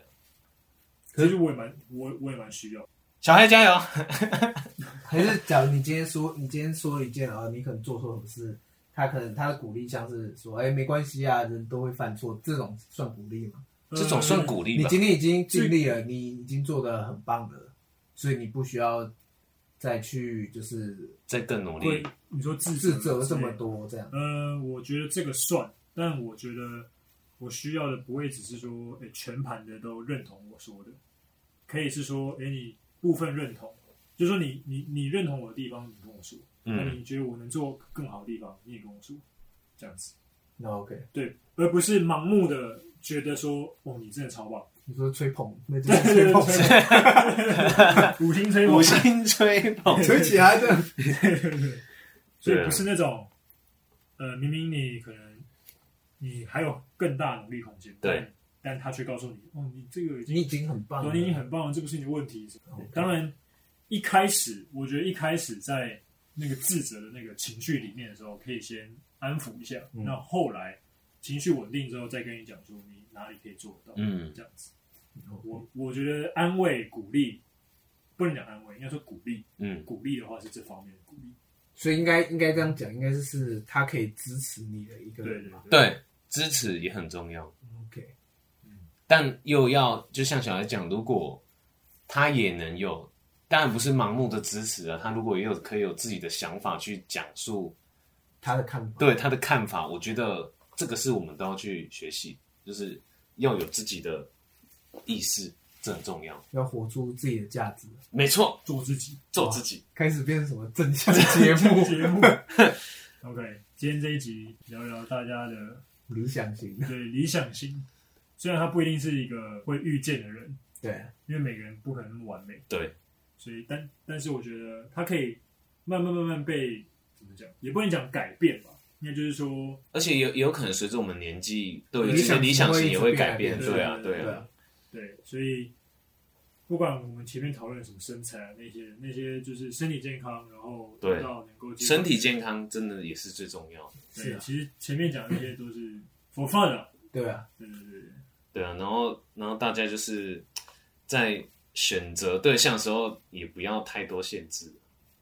[SPEAKER 2] 其实我也蛮，我我也蛮需要。
[SPEAKER 1] 小黑加油！
[SPEAKER 3] 还是假如你今天说你今天说了一件，然后你可能做错什么事，他可能他的鼓励像是说，哎、没关系啊，人都会犯错，这种算鼓励吗？
[SPEAKER 2] 嗯
[SPEAKER 1] 这种
[SPEAKER 2] 呃
[SPEAKER 1] 算鼓励
[SPEAKER 3] 你
[SPEAKER 1] 吧？
[SPEAKER 3] 今天已经尽力了，你已经做的很棒了，所以你不需要再去就是
[SPEAKER 1] 再更努
[SPEAKER 2] 呃
[SPEAKER 1] 力
[SPEAKER 2] 会，你说自
[SPEAKER 3] 自责
[SPEAKER 2] 之
[SPEAKER 3] 这
[SPEAKER 2] 类
[SPEAKER 3] 么
[SPEAKER 2] 的。
[SPEAKER 3] 多这样。
[SPEAKER 2] 呃，我觉得这个算，但我觉得我需要的不会只是说，哎、全盘的都认同我说的，可以是说，哎、你部分认同，就是说你你你认同我的地方，你跟我说，那、
[SPEAKER 1] 嗯，
[SPEAKER 2] 你觉得我能做更好的地方，你也跟我说，这样子，
[SPEAKER 3] 那 OK，
[SPEAKER 2] 对，而不是盲目的觉得说，哦，你真的超棒，
[SPEAKER 3] 你说吹捧，那就
[SPEAKER 2] 对
[SPEAKER 3] 是吹
[SPEAKER 2] 对
[SPEAKER 3] 捧，
[SPEAKER 2] 对，五星吹捧
[SPEAKER 1] 五，星 吹捧，
[SPEAKER 3] 吹起来的。
[SPEAKER 2] 所以不是那种，呃，明明你可能你还有更大努力空间，
[SPEAKER 1] 对
[SPEAKER 2] 但，但他却告诉你，哦，你这个已经
[SPEAKER 3] 你已经很棒了，
[SPEAKER 2] 对你已经很棒了，这不是你的问题。
[SPEAKER 3] OK
[SPEAKER 2] 当然，一开始我觉得一开始在那个自责的那个情绪里面的时候，可以先安抚一下。
[SPEAKER 3] 嗯
[SPEAKER 2] 那后来情绪稳定之后，再跟你讲说你哪里可以做得到，
[SPEAKER 1] 嗯，
[SPEAKER 2] 这样子。
[SPEAKER 3] 我
[SPEAKER 2] 我我觉得安慰、鼓励，不能讲安慰，应该说鼓励。
[SPEAKER 1] 嗯，
[SPEAKER 2] 鼓励的话是这方面的鼓励。
[SPEAKER 3] 所以应该应该这样讲，应该就是他可以支持你的一个
[SPEAKER 2] 对
[SPEAKER 3] 人
[SPEAKER 2] 对
[SPEAKER 3] 嘛。
[SPEAKER 1] 对，支持也很重要。
[SPEAKER 3] OK，
[SPEAKER 1] 但又要就像小孩讲，如果他也能有，当然不是盲目的支持啊，他如果也有可以有自己的想法去讲述
[SPEAKER 3] 他的看法。
[SPEAKER 1] 对他的看法，我觉得这个是我们都要去学习，就是要有自己的意识，这很重要。
[SPEAKER 3] 要活出自己的价值，
[SPEAKER 1] 没错，
[SPEAKER 2] 做自己
[SPEAKER 1] 做自己。
[SPEAKER 3] 开始变成什么正向节目、
[SPEAKER 2] 节 目。OK，今天这一集聊聊大家的
[SPEAKER 3] 理想型。
[SPEAKER 2] 对理想型，虽然他不一定是一个会遇见的人，
[SPEAKER 3] 对，啊
[SPEAKER 2] 因为每个人不可能那么完美，
[SPEAKER 1] 对，
[SPEAKER 2] 所以但但是我觉得他可以慢慢慢慢被怎么讲，也不能讲改变吧，应该就是说
[SPEAKER 1] 而且也也有可能随着我们年纪，对
[SPEAKER 3] 理
[SPEAKER 1] 这些
[SPEAKER 3] 想
[SPEAKER 1] 理想型
[SPEAKER 3] 型会
[SPEAKER 1] 也
[SPEAKER 3] 一直
[SPEAKER 1] 会
[SPEAKER 3] 变
[SPEAKER 1] 改
[SPEAKER 3] 来
[SPEAKER 1] 变。
[SPEAKER 2] 变去
[SPEAKER 1] 对啊，
[SPEAKER 2] 对
[SPEAKER 1] 对
[SPEAKER 3] 对
[SPEAKER 1] 啊
[SPEAKER 3] 啊，
[SPEAKER 2] 对，所以不管我们前面讨论什么身材啊那些那些就是身体健康，然后
[SPEAKER 1] 对
[SPEAKER 2] 达到能够接受
[SPEAKER 1] 身体健康真的也是最重要的。
[SPEAKER 3] 是
[SPEAKER 2] 对，
[SPEAKER 3] 啊，
[SPEAKER 2] 其实前面讲的那些都是 for fun 啊，
[SPEAKER 3] 对啊，
[SPEAKER 2] 对对对对。
[SPEAKER 1] 对啊，然后然后大家就是在选择对象的时候，也不要太多限制。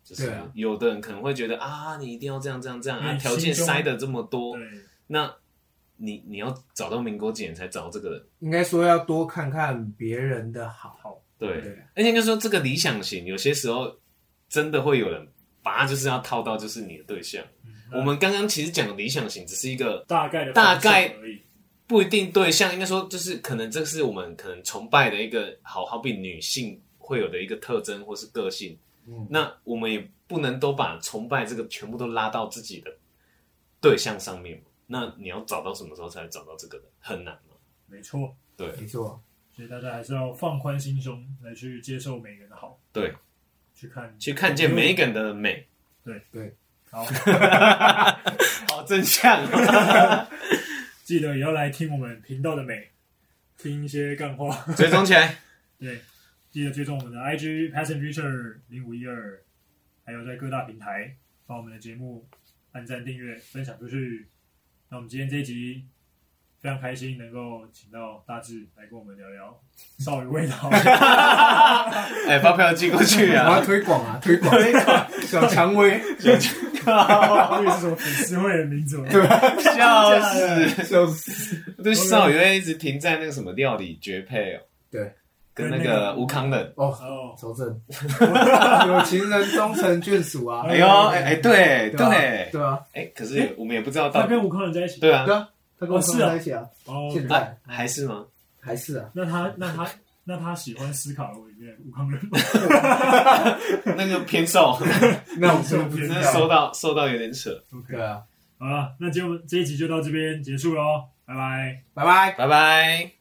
[SPEAKER 1] 就是
[SPEAKER 3] 对啊
[SPEAKER 1] 有的人可能会觉得啊，你一定要这样这样这样
[SPEAKER 2] 因
[SPEAKER 1] 啊，
[SPEAKER 2] 为
[SPEAKER 1] 条件
[SPEAKER 2] 心中
[SPEAKER 1] 塞的这么多，
[SPEAKER 2] 对
[SPEAKER 1] 那你你要找到民国几年才找到这个人？
[SPEAKER 3] 应该说要多看看别人的好。
[SPEAKER 2] 好，
[SPEAKER 1] 对，
[SPEAKER 3] 对
[SPEAKER 1] 而且就说这个理想型，有些时候真的会有人把它就是要套到就是你的对象。
[SPEAKER 2] 嗯
[SPEAKER 1] 我们刚刚其实讲的理想型只是一个
[SPEAKER 2] 那大概的
[SPEAKER 1] 大概
[SPEAKER 2] 方向而已。
[SPEAKER 1] 不一定对象，应该说就是可能这是我们可能崇拜的一个好好比女性会有的一个特征或是个性。
[SPEAKER 3] 嗯
[SPEAKER 1] 那我们也不能都把崇拜这个全部都拉到自己的对象上面。那你要找到什么时候才找到这个人，很难嘛？
[SPEAKER 2] 没错，
[SPEAKER 1] 对
[SPEAKER 3] 没错，
[SPEAKER 2] 所以大家还是要放宽心胸来去接受每个人的好，
[SPEAKER 1] 对，
[SPEAKER 2] 去看
[SPEAKER 1] 去看见每一个人的美，
[SPEAKER 2] 好，
[SPEAKER 1] 好正向哦、
[SPEAKER 2] 记得也要来听我们频道的美，听一些干话。
[SPEAKER 1] 追踪起来。
[SPEAKER 2] 对，记得追踪我们的 IG Passion Future 零五一二，还有在各大平台把我们的节目按赞、订阅、分享出去。那我们今天这一集非常开心能够请到大志来跟我们聊聊少女味道。
[SPEAKER 1] 哎、发票寄过去
[SPEAKER 3] 我要
[SPEAKER 1] 啊！
[SPEAKER 3] 推广啊，推广小蔷薇，
[SPEAKER 2] 我以为是什么粉丝会的名字？对，
[SPEAKER 1] 笑啊死！
[SPEAKER 3] 就是
[SPEAKER 1] 对，少爷一直停在那个什么料理绝配哦，
[SPEAKER 3] 对
[SPEAKER 1] 跟那个吴康冷。
[SPEAKER 3] 哦，
[SPEAKER 2] 哦，
[SPEAKER 3] 求 证，有情人终成眷属啊，
[SPEAKER 1] 哎呦，哎哎，对
[SPEAKER 3] 对吧
[SPEAKER 1] 对，
[SPEAKER 3] 对啊，
[SPEAKER 1] 哎，可是我们也不知道
[SPEAKER 2] 他
[SPEAKER 1] 到
[SPEAKER 2] 跟吴康仁在一起。
[SPEAKER 1] 对啊
[SPEAKER 3] 对，啊，他跟我
[SPEAKER 2] 哦是啊
[SPEAKER 3] 在一起啊，
[SPEAKER 2] 哦，
[SPEAKER 3] 现在
[SPEAKER 1] 哎，还是 吗？
[SPEAKER 3] 还是啊，
[SPEAKER 2] 那他那他那他喜欢斯卡罗里面吴康仁吗？
[SPEAKER 1] 那个偏瘦，
[SPEAKER 3] 那我真的不知
[SPEAKER 1] 真
[SPEAKER 3] 道
[SPEAKER 1] 的，收到收到有点扯，
[SPEAKER 3] 对啊，
[SPEAKER 2] 好了，那节目这一集就到这边结束喽，拜拜。
[SPEAKER 3] 拜拜。
[SPEAKER 1] 拜拜。